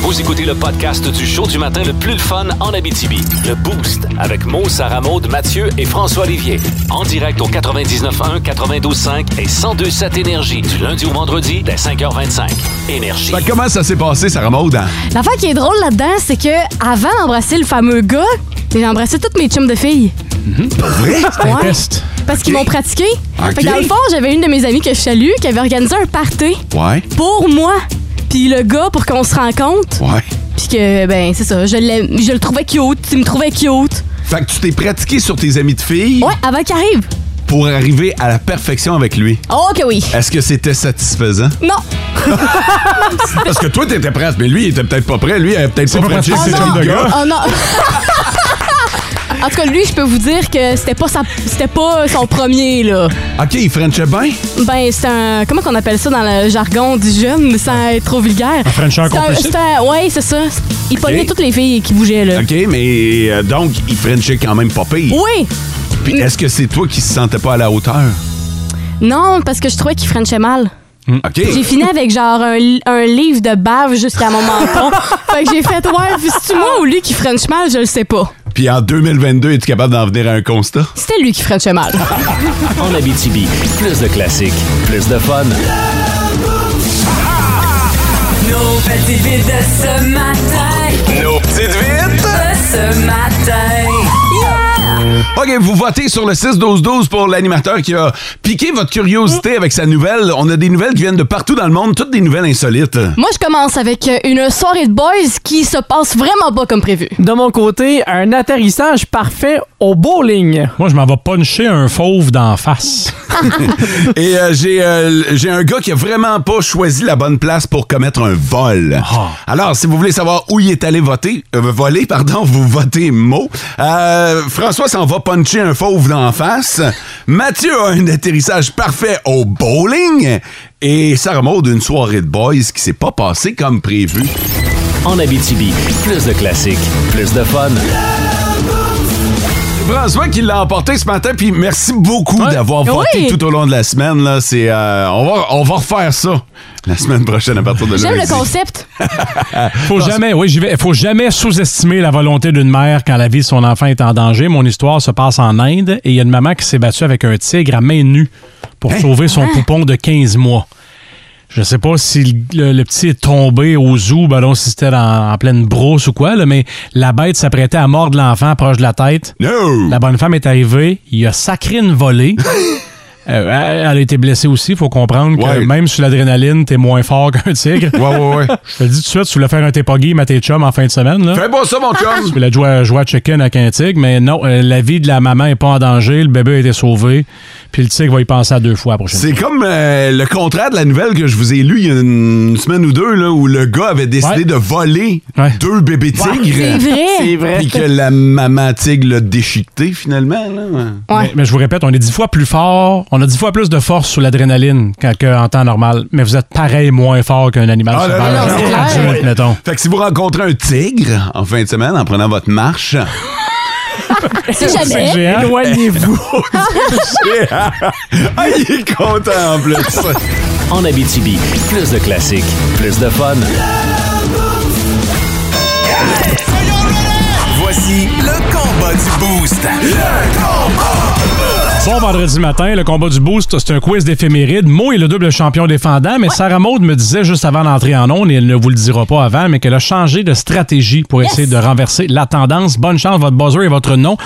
[SPEAKER 2] Vous écoutez le podcast du show du matin le plus le fun en Abitibi. Le Boost avec Mo, Sarah Maud, Mathieu et François Olivier. En direct au 99.1, 92.5 et 102.7 Énergie du lundi au vendredi dès 5h25. Énergie.
[SPEAKER 3] Fait que comment ça s'est passé, Sarah Maud? hein?
[SPEAKER 4] L'affaire qui est drôle là-dedans, c'est que avant d'embrasser le fameux gars, J'ai embrassé toutes mes chums de filles.
[SPEAKER 3] Vrai?
[SPEAKER 5] Un
[SPEAKER 4] Ouais.
[SPEAKER 5] test.
[SPEAKER 4] Parce qu'ils m'ont pratiqué.
[SPEAKER 3] Ah, Ok.
[SPEAKER 4] Fait que dans le fond, j'avais une de mes amies que je salue qui avait organisé un party
[SPEAKER 3] Ouais.
[SPEAKER 4] pour moi. Puis le gars, pour qu'on se rencontre,
[SPEAKER 3] Ouais.
[SPEAKER 4] puis que, ben, c'est ça, je, l'aime- je le trouvais cute, il me trouvait cute.
[SPEAKER 3] Fait que tu t'es pratiqué sur tes amis de filles
[SPEAKER 4] Ouais, avant qu'il arrive.
[SPEAKER 3] pour arriver à la perfection avec lui.
[SPEAKER 4] Oh, que oui.
[SPEAKER 3] Est-ce que c'était satisfaisant?
[SPEAKER 4] Non.
[SPEAKER 3] Parce que toi, t'étais prête, mais lui, il était peut-être pas prêt. Lui, il avait peut-être pas,
[SPEAKER 5] pas
[SPEAKER 3] pratiqué
[SPEAKER 5] pratique,
[SPEAKER 3] ses
[SPEAKER 5] c'est
[SPEAKER 3] chums
[SPEAKER 5] comme
[SPEAKER 3] de
[SPEAKER 5] de
[SPEAKER 3] gars.
[SPEAKER 5] gars.
[SPEAKER 4] Oh non. En tout cas, lui, je peux vous dire que c'était pas sa- c'était pas son premier là.
[SPEAKER 3] Ah. OK, il frenchait bien.
[SPEAKER 4] Ben, c'est un comment qu'on appelle ça dans le jargon du jeune sans être trop vulgaire.
[SPEAKER 5] Un Frencher
[SPEAKER 4] C'est un-
[SPEAKER 5] compulsif?
[SPEAKER 4] c'est un- ouais, c'est ça. Il pognait toutes les filles qui bougeaient là.
[SPEAKER 3] OK, mais euh, donc, il frenchait quand même pas pire.
[SPEAKER 4] Oui.
[SPEAKER 3] Puis est-ce que c'est toi qui se sentais pas à la hauteur?
[SPEAKER 4] Non, parce que je trouvais qu'il frenchait mal.
[SPEAKER 3] OK.
[SPEAKER 4] Mmh. J'ai fini avec genre un, li- un livre de bave jusqu'à mon menton. fait que j'ai fait ouais, puis c'est moi ou lui qui french mal, je le sais pas.
[SPEAKER 3] Puis en 2022, es-tu capable d'en venir à un constat?
[SPEAKER 4] C'était lui qui frenchait mal.
[SPEAKER 2] En Abitibi, plus de classiques, plus de fun.
[SPEAKER 9] Nos petites vites de ce matin.
[SPEAKER 3] Nos petites vites!
[SPEAKER 9] De ce matin. Yeah!
[SPEAKER 3] OK, vous votez sur le 6-12-12 pour l'animateur qui a piqué votre curiosité avec sa nouvelle. On a des nouvelles qui viennent de partout dans le monde, toutes des nouvelles insolites.
[SPEAKER 4] Moi, je commence avec euh, une soirée de boys qui se passe vraiment pas comme prévu.
[SPEAKER 6] De mon côté, un atterrissage parfait au bowling.
[SPEAKER 5] Moi, je m'en vais puncher un fauve d'en face.
[SPEAKER 3] Et euh, j'ai euh, j'ai un gars qui a vraiment pas choisi la bonne place pour commettre un vol.
[SPEAKER 5] Ah.
[SPEAKER 3] Alors, si vous voulez savoir où il est allé voter, euh, voler, pardon, vous votez mot. Euh, François s'en va puncher un fauve d'en face. Mathieu a un atterrissage parfait au bowling. Et Sarah Maud, une soirée de boys qui s'est pas passée comme prévu.
[SPEAKER 2] En Abitibi, plus de classiques, plus de fun.
[SPEAKER 3] François qui l'a emporté ce matin, puis merci beaucoup d'avoir voté
[SPEAKER 4] Oui.
[SPEAKER 3] tout au long de la semaine. Là. C'est, euh, on, va, on va refaire ça la semaine prochaine à partir de
[SPEAKER 4] J'aime le
[SPEAKER 3] lundi.
[SPEAKER 4] concept.
[SPEAKER 5] Faut jamais, oui, j'y vais. Faut jamais sous-estimer la volonté d'une mère quand la vie de son enfant est en danger. Mon histoire se passe en Inde et il y a une maman qui s'est battue avec un tigre à main nue
[SPEAKER 3] Hein?
[SPEAKER 5] pour sauver son poupon de 15 mois. Je sais pas si le, le- le petit est tombé au zoo, ben non, si c'était en, en pleine brousse ou quoi, là, mais la bête s'apprêtait à mordre l'enfant proche de la tête.
[SPEAKER 3] No!
[SPEAKER 5] La bonne femme est arrivée, il a sacré une volée. Euh, elle a été blessée aussi, faut comprendre
[SPEAKER 3] Ouais.
[SPEAKER 5] que même sur l'adrénaline, t'es moins fort qu'un tigre.
[SPEAKER 3] Ouais, ouais, ouais.
[SPEAKER 5] Je te le dis tout de suite, tu voulais faire un tépogui, mais tes chum en fin de semaine. Là.
[SPEAKER 3] Fais pas ça, mon
[SPEAKER 5] Tu
[SPEAKER 3] chum!
[SPEAKER 5] voulais jouer à, jouer à chicken avec un tigre, mais non, euh, la vie de la maman est pas en danger, le bébé a été sauvé, puis le tigre va y penser à deux fois la prochaine
[SPEAKER 3] C'est comme euh, le contraire de la nouvelle que je vous ai lue il y a une semaine ou deux, là, où le gars avait décidé
[SPEAKER 5] Ouais.
[SPEAKER 3] de voler
[SPEAKER 5] Ouais.
[SPEAKER 3] deux bébés
[SPEAKER 4] C'est
[SPEAKER 3] tigres.
[SPEAKER 4] vrai.
[SPEAKER 3] Puis que la maman tigre l'a déchiqueté, finalement. Là.
[SPEAKER 5] Mais, mais je vous répète, on est dix fois plus fort, on a dix fois plus de force sous l'adrénaline qu'en que en temps normal, mais vous êtes pareil moins fort qu'un animal
[SPEAKER 3] Ah, là,
[SPEAKER 5] sauvage,
[SPEAKER 4] là, là, c'est clair.
[SPEAKER 5] adulte,
[SPEAKER 3] Ouais.
[SPEAKER 5] mettons.
[SPEAKER 3] Fait que si vous rencontrez un tigre en fin de semaine en prenant votre marche,
[SPEAKER 4] Si
[SPEAKER 5] C'est
[SPEAKER 4] jamais.
[SPEAKER 5] géant.
[SPEAKER 6] Éloignez-vous.
[SPEAKER 3] ah, il est content en plus!
[SPEAKER 2] En Abitibi, plus de classiques, plus de fun.
[SPEAKER 10] Voici le combat du Boost.
[SPEAKER 5] Bon vendredi matin, le combat du boost, c'est un quiz d'éphéméride. Mo est le double champion défendant, mais Sarah Maud me disait juste avant d'entrer en onde, et elle ne vous le dira pas avant, mais qu'elle a changé de stratégie pour essayer de renverser la tendance. Bonne chance, votre buzzer et votre nom.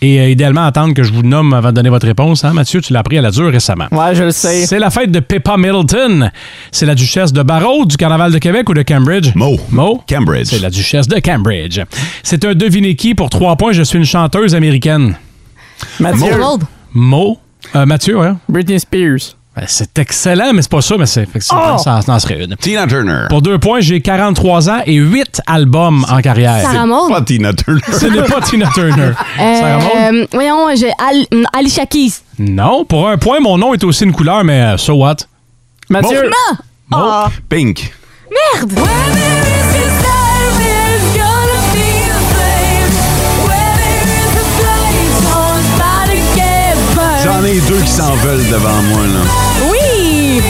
[SPEAKER 5] Et euh, idéalement, attendre que je vous nomme avant de donner votre réponse. Hein, Mathieu, tu l'as appris à la dure récemment.
[SPEAKER 6] Ouais, je le sais.
[SPEAKER 5] C'est la fête de Pippa Middleton. C'est la duchesse de Barrow, du Carnaval de Québec ou de Cambridge?
[SPEAKER 3] Mo.
[SPEAKER 5] Mo?
[SPEAKER 3] Cambridge.
[SPEAKER 5] C'est la duchesse de Cambridge. C'est un devinez qui pour trois points. Je suis une chanteuse américaine.
[SPEAKER 6] Mathieu,
[SPEAKER 4] Harold.
[SPEAKER 5] Mo. Euh, Mathieu, hein?
[SPEAKER 6] Britney Spears.
[SPEAKER 5] Ben, c'est excellent, mais c'est pas ça, mais c'est effectivement,
[SPEAKER 4] Oh!
[SPEAKER 5] ça, ça en serait une.
[SPEAKER 3] Tina Turner.
[SPEAKER 5] Pour deux points, j'ai 43 ans et 8 albums en carrière.
[SPEAKER 4] Sarah Maud.
[SPEAKER 3] Pas Tina Turner.
[SPEAKER 5] Ce n'est pas Tina Turner. Sarah Maud?
[SPEAKER 4] Euh, voyons, j'ai Al- mm, Alicia Keys.
[SPEAKER 5] Non, pour un point, mon nom est aussi une couleur, mais euh, so what?
[SPEAKER 6] Mathieu,
[SPEAKER 4] Ah.
[SPEAKER 3] Pink.
[SPEAKER 4] Merde.
[SPEAKER 3] J'en ai deux qui s'en veulent devant moi, là.
[SPEAKER 4] Oui.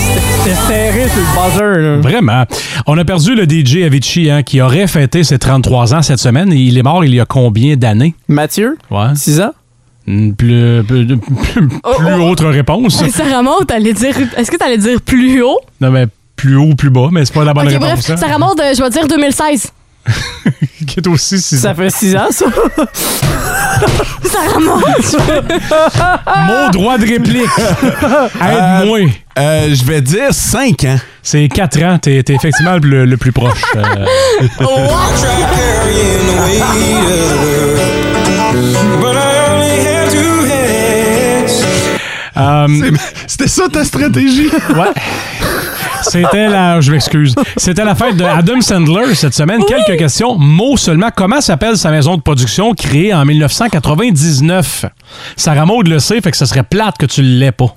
[SPEAKER 6] t'es serré sur le buzzer, là.
[SPEAKER 5] Vraiment. On a perdu le DJ Avicii, hein, qui aurait fêté ses 33 ans cette semaine. Et il est mort il y a combien d'années?
[SPEAKER 6] Mathieu,
[SPEAKER 5] Ouais.
[SPEAKER 6] 6 ans.
[SPEAKER 5] Une Plus, plus, plus-
[SPEAKER 4] Oh,
[SPEAKER 5] plus autre réponse.
[SPEAKER 4] Sarah Maud, t'allais dire. Est-ce que t'allais dire plus haut?
[SPEAKER 5] Non, mais plus haut, plus bas, mais c'est pas la bonne
[SPEAKER 4] ok,
[SPEAKER 5] réponse.
[SPEAKER 4] bref.
[SPEAKER 5] hein.
[SPEAKER 4] Sarah Maud, euh, je vais dire 2016.
[SPEAKER 5] qui est aussi 6
[SPEAKER 6] Ça fait 6 ans, ça?
[SPEAKER 4] Ça remonte!
[SPEAKER 5] Mon droit de réplique. Aide-moi.
[SPEAKER 3] Euh, je vais dire hein. 5 ans.
[SPEAKER 5] C'est 4 ans. T'es t'es effectivement le, le plus proche. Euh, euh,
[SPEAKER 3] C'était ça ta stratégie?
[SPEAKER 5] Ouais. C'était la. Je m'excuse. C'était la fête de Adam Sandler cette semaine. Quelques questions. Mots seulement. Comment s'appelle sa maison de production créée en 1999? Sarah Maud le sait, fait que ce serait plate que tu l'aies pas.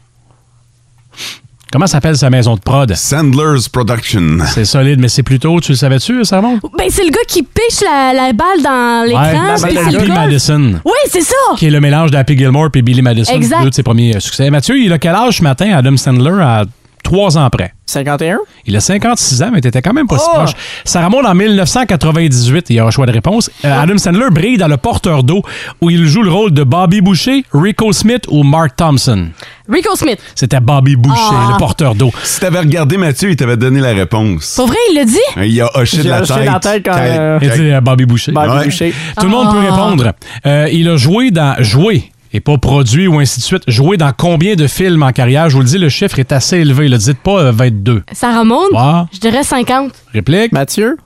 [SPEAKER 5] Comment s'appelle sa maison de prod?
[SPEAKER 3] Sandler's Production.
[SPEAKER 5] C'est solide, mais c'est plutôt. Tu le savais-tu, Sarah Maud?
[SPEAKER 4] ben, c'est le gars qui piche la, la balle dans l'écran.
[SPEAKER 5] Ouais,
[SPEAKER 4] puis
[SPEAKER 5] c'est
[SPEAKER 4] c'est le
[SPEAKER 5] Happy
[SPEAKER 4] gars-
[SPEAKER 5] Madison.
[SPEAKER 4] Oui, c'est ça!
[SPEAKER 5] qui est le mélange d'Happy Gilmore et Billy Madison,
[SPEAKER 4] Exact.
[SPEAKER 5] deux de ses premiers euh, succès. Mathieu, il a quel âge ce matin, Adam Sandler, à trois ans près?
[SPEAKER 6] 51?
[SPEAKER 5] Il a 56 ans, mais t'étais quand même pas si
[SPEAKER 6] Oh!
[SPEAKER 5] proche. Ça remonte en 1998, il y a un choix de réponse. Euh,
[SPEAKER 4] Oh!
[SPEAKER 5] Adam Sandler brille dans Le Porteur d'eau, où il joue le rôle de Bobby Boucher, Rico Smith ou Mark Thompson.
[SPEAKER 4] Rico Smith.
[SPEAKER 5] C'était Bobby Boucher,
[SPEAKER 4] Ah.
[SPEAKER 5] Le Porteur d'eau.
[SPEAKER 3] Si t'avais regardé Mathieu, il t'avait donné la réponse.
[SPEAKER 4] Pour vrai, il l'a dit?
[SPEAKER 3] Il a hoché de
[SPEAKER 6] J'ai
[SPEAKER 3] la
[SPEAKER 6] hoché
[SPEAKER 3] tête.
[SPEAKER 6] la tête quand, euh,
[SPEAKER 5] Et dit, euh, Bobby Boucher.
[SPEAKER 6] Bobby
[SPEAKER 3] Ouais.
[SPEAKER 6] Boucher.
[SPEAKER 5] Tout le monde peut répondre. Euh, il a joué dans joué et pas produit ou ainsi de suite. Joué dans combien de films en carrière? Je vous le dis, le chiffre est assez élevé. Le dites pas euh, 22.
[SPEAKER 4] Ça remonte?
[SPEAKER 5] Wow.
[SPEAKER 4] Je dirais 50.
[SPEAKER 5] Réplique.
[SPEAKER 6] Mathieu?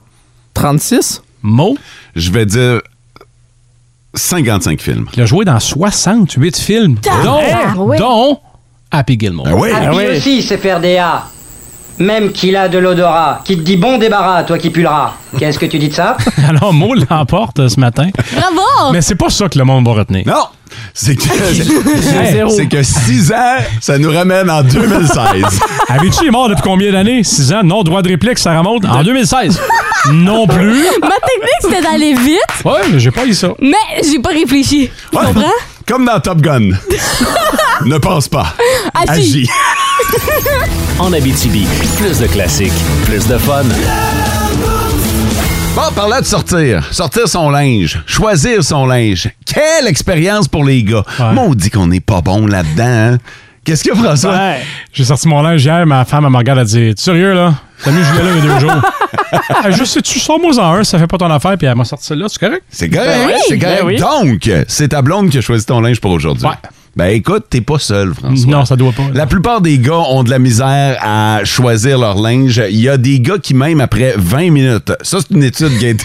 [SPEAKER 6] 36?
[SPEAKER 5] Mot.
[SPEAKER 3] Je vais dire 55 films.
[SPEAKER 5] Il a joué dans 68 films. Dont,
[SPEAKER 4] Tabarouette.
[SPEAKER 5] dont Happy Gilmore.
[SPEAKER 3] oui!
[SPEAKER 6] Ah
[SPEAKER 11] Lui
[SPEAKER 6] oui.
[SPEAKER 11] aussi, c'est faire des A. Même qu'il a de l'odorat, qui te dit bon débarras, toi qui pulleras. Qu'est-ce que tu dis de ça
[SPEAKER 5] Alors, Mo l'emporte euh, ce matin.
[SPEAKER 4] Bravo!
[SPEAKER 5] Mais c'est pas ça que le monde va retenir.
[SPEAKER 3] Non! C'est que,
[SPEAKER 6] J'ai zéro.
[SPEAKER 3] c'est que 6 ans, ça nous ramène en 2016.
[SPEAKER 5] Avicii est mort depuis combien d'années? 6 ans. Non, droit de réplique, ça remonte en 2016. non plus.
[SPEAKER 4] Ma technique, c'était d'aller vite,
[SPEAKER 5] Ouais, mais j'ai pas eu ça.
[SPEAKER 4] mais j'ai pas réfléchi. Tu
[SPEAKER 3] Ouais.
[SPEAKER 4] comprends?
[SPEAKER 3] Comme dans Top Gun. ne pense pas.
[SPEAKER 6] Ah,
[SPEAKER 4] Assis.
[SPEAKER 3] Agis.
[SPEAKER 2] En Abitibi, plus de classiques, plus de fun.
[SPEAKER 3] Bon, par là de sortir. Sortir son linge. Choisir son linge. Quelle expérience pour les gars.
[SPEAKER 5] Ouais.
[SPEAKER 3] Moi, on dit qu'on n'est pas bon là-dedans. hein. Qu'est-ce que François?
[SPEAKER 5] J'ai sorti mon linge hier, ma femme, elle me regarde, elle dit T'es sérieux, là T'as mis Julien là il y a deux jours. Elle dit, Je sais, tu sors moi en un, ça fait pas ton affaire, puis elle m'a sorti celle-là, c'est correct
[SPEAKER 3] C'est correct,
[SPEAKER 4] Ben oui,
[SPEAKER 3] c'est correct.
[SPEAKER 6] ben oui.
[SPEAKER 3] Donc, c'est ta blonde qui a choisi ton linge pour aujourd'hui.
[SPEAKER 5] Ouais.
[SPEAKER 3] Ben écoute, t'es pas seul, François.
[SPEAKER 5] Non, ça doit pas.
[SPEAKER 3] La plupart des gars ont de la misère à choisir leur linge. Il y a des gars qui, même après 20 minutes, ça c'est une étude qui a été...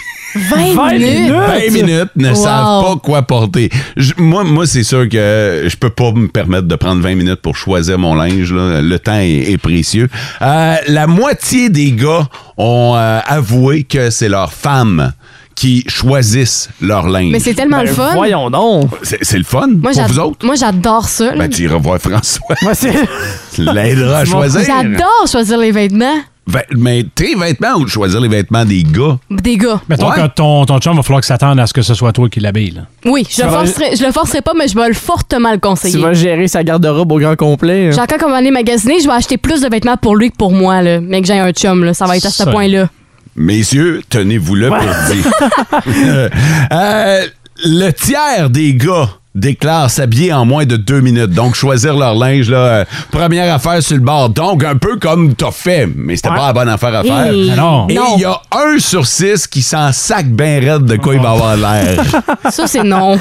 [SPEAKER 4] 20 minutes.
[SPEAKER 3] 20 minutes ne
[SPEAKER 4] Wow.
[SPEAKER 3] savent pas quoi porter. Je- moi, moi c'est sûr que je peux pas me permettre de prendre 20 minutes pour choisir mon linge. là. Le temps est, est précieux. Euh, la moitié des gars ont euh, avoué que c'est leurs femmes qui choisissent leur linge.
[SPEAKER 4] Mais c'est tellement
[SPEAKER 6] Ben,
[SPEAKER 4] le fun.
[SPEAKER 6] Voyons donc.
[SPEAKER 3] C'est c'est le fun
[SPEAKER 4] Moi,
[SPEAKER 3] pour
[SPEAKER 4] j'ad-
[SPEAKER 3] vous autres.
[SPEAKER 4] Moi, j'adore ça. là.
[SPEAKER 3] Ben, tu iras voir François.
[SPEAKER 6] Moi, c'est...
[SPEAKER 3] Tu l'aideras à choisir.
[SPEAKER 4] J'adore choisir les vêtements
[SPEAKER 3] Ve- mais tes vêtements ou de choisir les vêtements des gars?
[SPEAKER 4] des gars.
[SPEAKER 5] Mettons
[SPEAKER 3] Ouais.
[SPEAKER 5] que ton, ton chum va falloir que s'attende à ce que ce soit toi qui l'habille. là.
[SPEAKER 4] Oui, je le,
[SPEAKER 6] vas-
[SPEAKER 4] forcerai, je le forcerai pas, mais je vais le fortement le
[SPEAKER 6] Tu
[SPEAKER 4] conseiller.
[SPEAKER 6] vas gérer sa garde-robe au grand complet.
[SPEAKER 4] J'ai encore comme aller magasiner, je vais acheter plus de vêtements pour lui que pour moi, là. Mais que j'ai un chum, là. Ça va être à ce
[SPEAKER 5] Ça.
[SPEAKER 4] point-là.
[SPEAKER 3] Messieurs, tenez-vous le pour dire. Euh, le tiers des gars déclarent s'habiller en moins de deux minutes. Donc, choisir leur linge, là, euh, première affaire sur le bord. Donc, un peu comme t'as fait, mais c'était pas la bonne affaire à faire.
[SPEAKER 4] Hey.
[SPEAKER 5] Mais non.
[SPEAKER 3] Et
[SPEAKER 4] Non.
[SPEAKER 3] il y a un sur six qui s'en sac bien raide de quoi il va avoir l'air.
[SPEAKER 4] Ça, c'est non.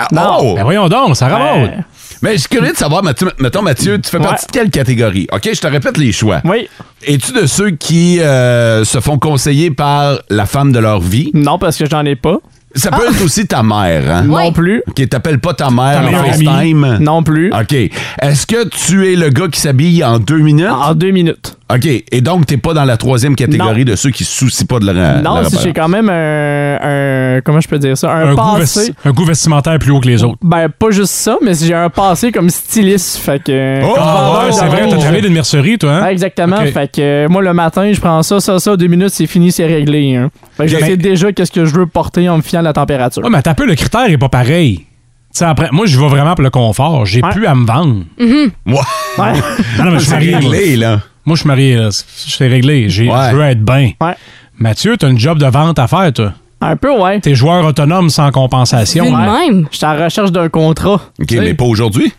[SPEAKER 3] Ah, oh!
[SPEAKER 5] Ben voyons donc, ça remonte.
[SPEAKER 6] Ben,
[SPEAKER 3] Mais je suis curieux de savoir, Mathieu- mettons Mathieu, tu fais partie de quelle catégorie? OK, je te répète les choix.
[SPEAKER 6] Oui.
[SPEAKER 3] Es-tu de ceux qui euh, se font conseiller par la femme de leur vie?
[SPEAKER 6] Non, parce que j'en ai pas.
[SPEAKER 3] Ça peut être aussi ta mère, hein?
[SPEAKER 4] Ouais.
[SPEAKER 6] Non plus.
[SPEAKER 3] OK, t'appelles pas ta mère
[SPEAKER 5] meilleure
[SPEAKER 3] en
[SPEAKER 5] amie.
[SPEAKER 3] FaceTime?
[SPEAKER 6] Non plus.
[SPEAKER 3] OK. Est-ce que tu es le gars qui s'habille en deux minutes?
[SPEAKER 6] En deux minutes.
[SPEAKER 3] OK. Et donc, t'es pas dans la troisième catégorie
[SPEAKER 6] Non.
[SPEAKER 3] de ceux qui se soucient pas de leur...
[SPEAKER 5] Euh,
[SPEAKER 6] Non, si j'ai quand même un, un- Comment je peux dire ça? Un,
[SPEAKER 5] Un, goût
[SPEAKER 6] passé.
[SPEAKER 5] vesti- un goût vestimentaire plus haut que les autres.
[SPEAKER 6] Ben, pas juste ça, mais si j'ai un passé comme styliste. Fait que.
[SPEAKER 3] Oh!
[SPEAKER 6] comme
[SPEAKER 5] Ah,
[SPEAKER 6] vendeur
[SPEAKER 5] ouais,
[SPEAKER 6] de
[SPEAKER 5] c'est vrai, t'as
[SPEAKER 6] linge.
[SPEAKER 5] travaillé d'une mercerie, toi, hein?
[SPEAKER 6] Ouais, exactement.
[SPEAKER 5] Ok.
[SPEAKER 6] Fait que euh, moi, le matin, je prends ça, ça, ça, deux minutes, c'est fini, c'est réglé. Hein. Fait que
[SPEAKER 3] Ok.
[SPEAKER 6] je sais déjà qu'est-ce que je veux porter en me fiant à la température.
[SPEAKER 5] Ouais, mais t'as peu, le critère est pas pareil. Tu sais, après, moi, je vais vraiment pour le confort. J'ai
[SPEAKER 6] Ouais.
[SPEAKER 5] plus à me vendre.
[SPEAKER 3] Moi,
[SPEAKER 6] Ouais.
[SPEAKER 5] Non, non, mais je suis
[SPEAKER 3] c'est
[SPEAKER 5] marié. moi.
[SPEAKER 3] réglé, là.
[SPEAKER 5] Moi, je suis marié. là. Je suis réglé. J'ai-
[SPEAKER 3] Ouais.
[SPEAKER 5] Je veux être bien.
[SPEAKER 6] Ouais.
[SPEAKER 5] Mathieu, t'as une job de vente à faire, toi.
[SPEAKER 6] Un peu, ouais.
[SPEAKER 5] T'es joueur autonome sans compensation.
[SPEAKER 4] Vu de même.
[SPEAKER 6] Je suis en recherche d'un contrat.
[SPEAKER 3] OK, mais pas aujourd'hui.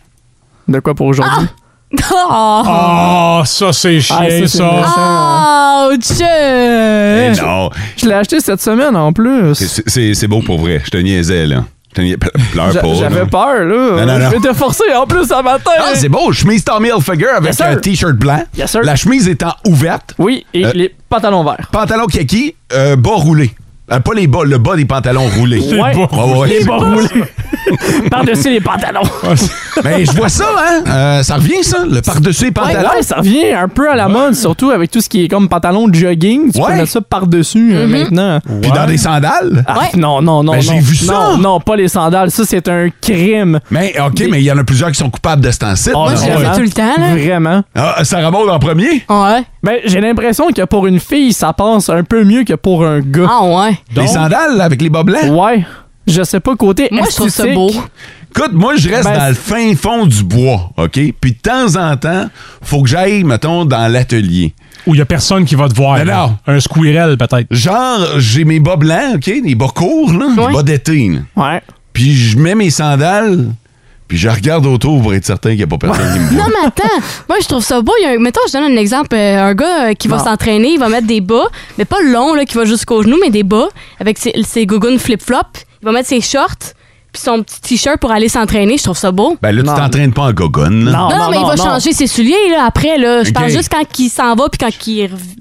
[SPEAKER 6] De quoi pour aujourd'hui?
[SPEAKER 4] Oh!
[SPEAKER 5] Ah, ça, c'est
[SPEAKER 6] Ah, ça,
[SPEAKER 5] chien,
[SPEAKER 6] c'est
[SPEAKER 5] ça.
[SPEAKER 6] méchant.
[SPEAKER 4] Ouch!
[SPEAKER 3] Eh non.
[SPEAKER 6] Je l'ai acheté cette semaine en plus.
[SPEAKER 3] C'est- C'est c'est beau pour vrai. Je te niaisais, là. Je te niais- Pleure
[SPEAKER 6] J'a-
[SPEAKER 3] pas.
[SPEAKER 6] J'avais
[SPEAKER 3] là.
[SPEAKER 6] peur,
[SPEAKER 3] Non,
[SPEAKER 6] là.
[SPEAKER 3] non, non.
[SPEAKER 6] Je m'étais forcé en plus ce matin.
[SPEAKER 3] Ah, c'est beau. Chemise Tommy Hilfiger avec
[SPEAKER 6] Yes, sir.
[SPEAKER 3] un t-shirt blanc.
[SPEAKER 6] Yes, sir.
[SPEAKER 3] La chemise étant ouverte.
[SPEAKER 6] Oui, et
[SPEAKER 3] Euh,
[SPEAKER 6] les pantalons verts.
[SPEAKER 3] Pantalon kaki, euh, bas roulé. Euh, pas les bas, le bas des pantalons roulés.
[SPEAKER 6] Les Ouais. bas
[SPEAKER 3] ouais, ouais.
[SPEAKER 6] Les bas roulés. Par-dessus les pantalons.
[SPEAKER 3] Mais je vois ça, hein? Euh, ça revient, ça? Le par-dessus les
[SPEAKER 6] Ouais,
[SPEAKER 3] pantalons?
[SPEAKER 6] ouais, ça revient un peu à la mode, surtout avec tout ce qui est comme pantalon de jogging. Tu
[SPEAKER 3] Ouais.
[SPEAKER 6] peux mettre ça par-dessus
[SPEAKER 4] Mm-hmm.
[SPEAKER 6] euh, maintenant.
[SPEAKER 3] Puis dans des sandales?
[SPEAKER 6] Ah, Non, non, non.
[SPEAKER 3] Ben,
[SPEAKER 6] non.
[SPEAKER 3] j'ai vu ça.
[SPEAKER 6] Non, non, pas les sandales. Ça, c'est un crime.
[SPEAKER 3] Mais OK, mais il y en a plusieurs qui sont coupables de cet ancien.
[SPEAKER 6] Ah,
[SPEAKER 4] Moi, je
[SPEAKER 6] non,
[SPEAKER 4] le
[SPEAKER 6] ouais.
[SPEAKER 4] fais tout le temps, là.
[SPEAKER 6] Vraiment.
[SPEAKER 3] Ah, Sarah Maud en premier?
[SPEAKER 4] Ah, Ouais.
[SPEAKER 6] Ben, j'ai l'impression que pour une fille, ça passe un peu mieux que pour un gars.
[SPEAKER 4] Ah, ouais.
[SPEAKER 3] les sandales là, avec les bas blancs?
[SPEAKER 6] Ouais. Je sais pas, côté
[SPEAKER 4] Ah. Moi, je trouve ça
[SPEAKER 6] esthétique,
[SPEAKER 4] beau.
[SPEAKER 3] Écoute, moi, je reste
[SPEAKER 6] Ben,
[SPEAKER 3] dans le fin fond du bois, OK? Puis de temps en temps, faut que j'aille, mettons, dans l'atelier.
[SPEAKER 5] Ou il y a personne qui va te voir.
[SPEAKER 3] Mais
[SPEAKER 5] là.
[SPEAKER 3] non.
[SPEAKER 5] Un squirrel, peut-être.
[SPEAKER 3] Genre, j'ai mes bas blancs, OK? Les bas courts, là, les
[SPEAKER 4] Ouais.
[SPEAKER 3] bas d'été. là.
[SPEAKER 6] Ouais.
[SPEAKER 3] Puis je mets mes sandales, puis je regarde autour pour être certain qu'il n'y a pas personne qui me
[SPEAKER 4] Non,
[SPEAKER 3] voit.
[SPEAKER 4] mais attends, moi je trouve ça beau. Il y a un- mettons, je donne un exemple. euh, Un gars euh, qui va
[SPEAKER 6] Non.
[SPEAKER 4] s'entraîner, il va mettre des bas, mais pas longs, là, qui va jusqu'aux genoux, mais des bas, avec ses, ses gougounes flip-flop. Il va mettre ses shorts, puis son petit t-shirt pour aller s'entraîner. Je trouve ça beau.
[SPEAKER 3] Ben là, tu
[SPEAKER 6] Non.
[SPEAKER 3] t'entraînes pas en gogone, là.
[SPEAKER 6] Non,
[SPEAKER 4] non, non, mais il va
[SPEAKER 6] non.
[SPEAKER 4] changer ses souliers là, après. Là. Je
[SPEAKER 3] Ok.
[SPEAKER 4] parle juste quand il s'en va, puis quand il, rev-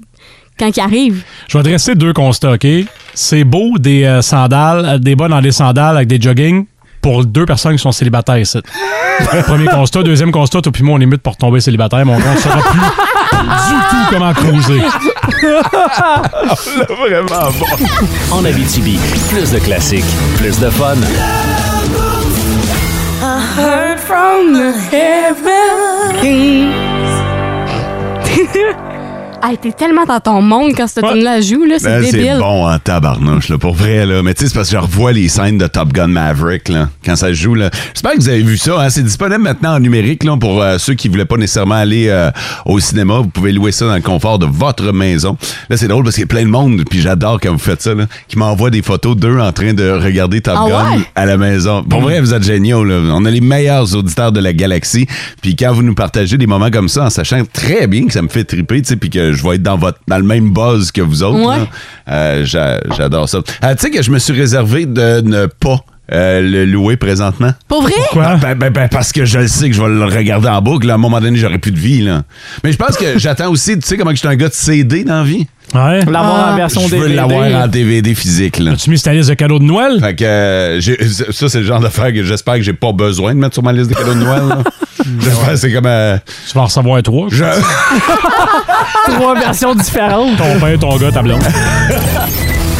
[SPEAKER 4] quand il arrive.
[SPEAKER 5] Je vais dresser deux constats, OK? C'est beau des euh, sandales, euh, des bas dans des sandales avec des joggings pour deux personnes qui sont célibataires ici. Premier constat. Deuxième constat, toi puis moi, on est mûrs pour tomber célibataire. Mon gars, on saura plus du tout comment cruiser.
[SPEAKER 3] Vraiment bon.
[SPEAKER 2] En Abitibi, plus de classiques, plus de fun.
[SPEAKER 4] Hey, t'es tellement dans ton monde quand cette tune là joue, là, c'est
[SPEAKER 3] Ben, c'est
[SPEAKER 4] débile.
[SPEAKER 3] bon en tabarnouche, là, pour vrai, là. Mais tu sais, c'est parce que je revois les scènes de Top Gun Maverick, là, quand ça se joue, là. J'espère que vous avez vu ça, hein. C'est disponible maintenant en numérique, là, pour euh, ceux qui voulaient pas nécessairement aller euh, au cinéma. Vous pouvez louer ça dans le confort de votre maison. Là, c'est drôle parce qu'il y a plein de monde, puis j'adore quand vous faites ça, là, qui m'envoie des photos d'eux en train de regarder Top
[SPEAKER 4] Ah
[SPEAKER 3] Gun
[SPEAKER 4] ouais?
[SPEAKER 3] à la maison. Pour vrai, vous êtes géniaux, là. On a les meilleurs auditeurs de la galaxie. Puis quand vous nous partagez des moments comme ça, en sachant très bien que ça me fait triper, tu sais, puis que je vais être dans votre, dans le même buzz que vous autres,
[SPEAKER 4] Ouais.
[SPEAKER 3] là. Euh, j'a- J'adore ça. Ah, tu sais que je me suis réservé de ne pas euh, le louer présentement.
[SPEAKER 4] Pour vrai?
[SPEAKER 5] Quoi?
[SPEAKER 3] Ben, ben, ben, parce que je le sais que je vais le regarder en boucle. là. À un moment donné, j'aurai plus de vie. Là. Mais je pense que j'attends aussi, tu sais comment que je suis un gars de CD dans la vie?
[SPEAKER 5] Ouais.
[SPEAKER 6] L'avoir
[SPEAKER 4] Ah.
[SPEAKER 6] en version
[SPEAKER 3] Je veux
[SPEAKER 6] DVD.
[SPEAKER 3] l'avoir en DVD physique. Là.
[SPEAKER 5] As-tu mis ta liste de cadeaux de Noël?
[SPEAKER 3] Fait que euh, j'ai- ça, c'est le genre d'affaire que j'espère que j'ai pas besoin de mettre sur ma liste de cadeaux de Noël. là. J'espère que c'est comme... euh,
[SPEAKER 5] Tu vas en recevoir trois.
[SPEAKER 3] je-
[SPEAKER 6] Trois versions différentes.
[SPEAKER 5] Ton père, ton gars, ta blonde.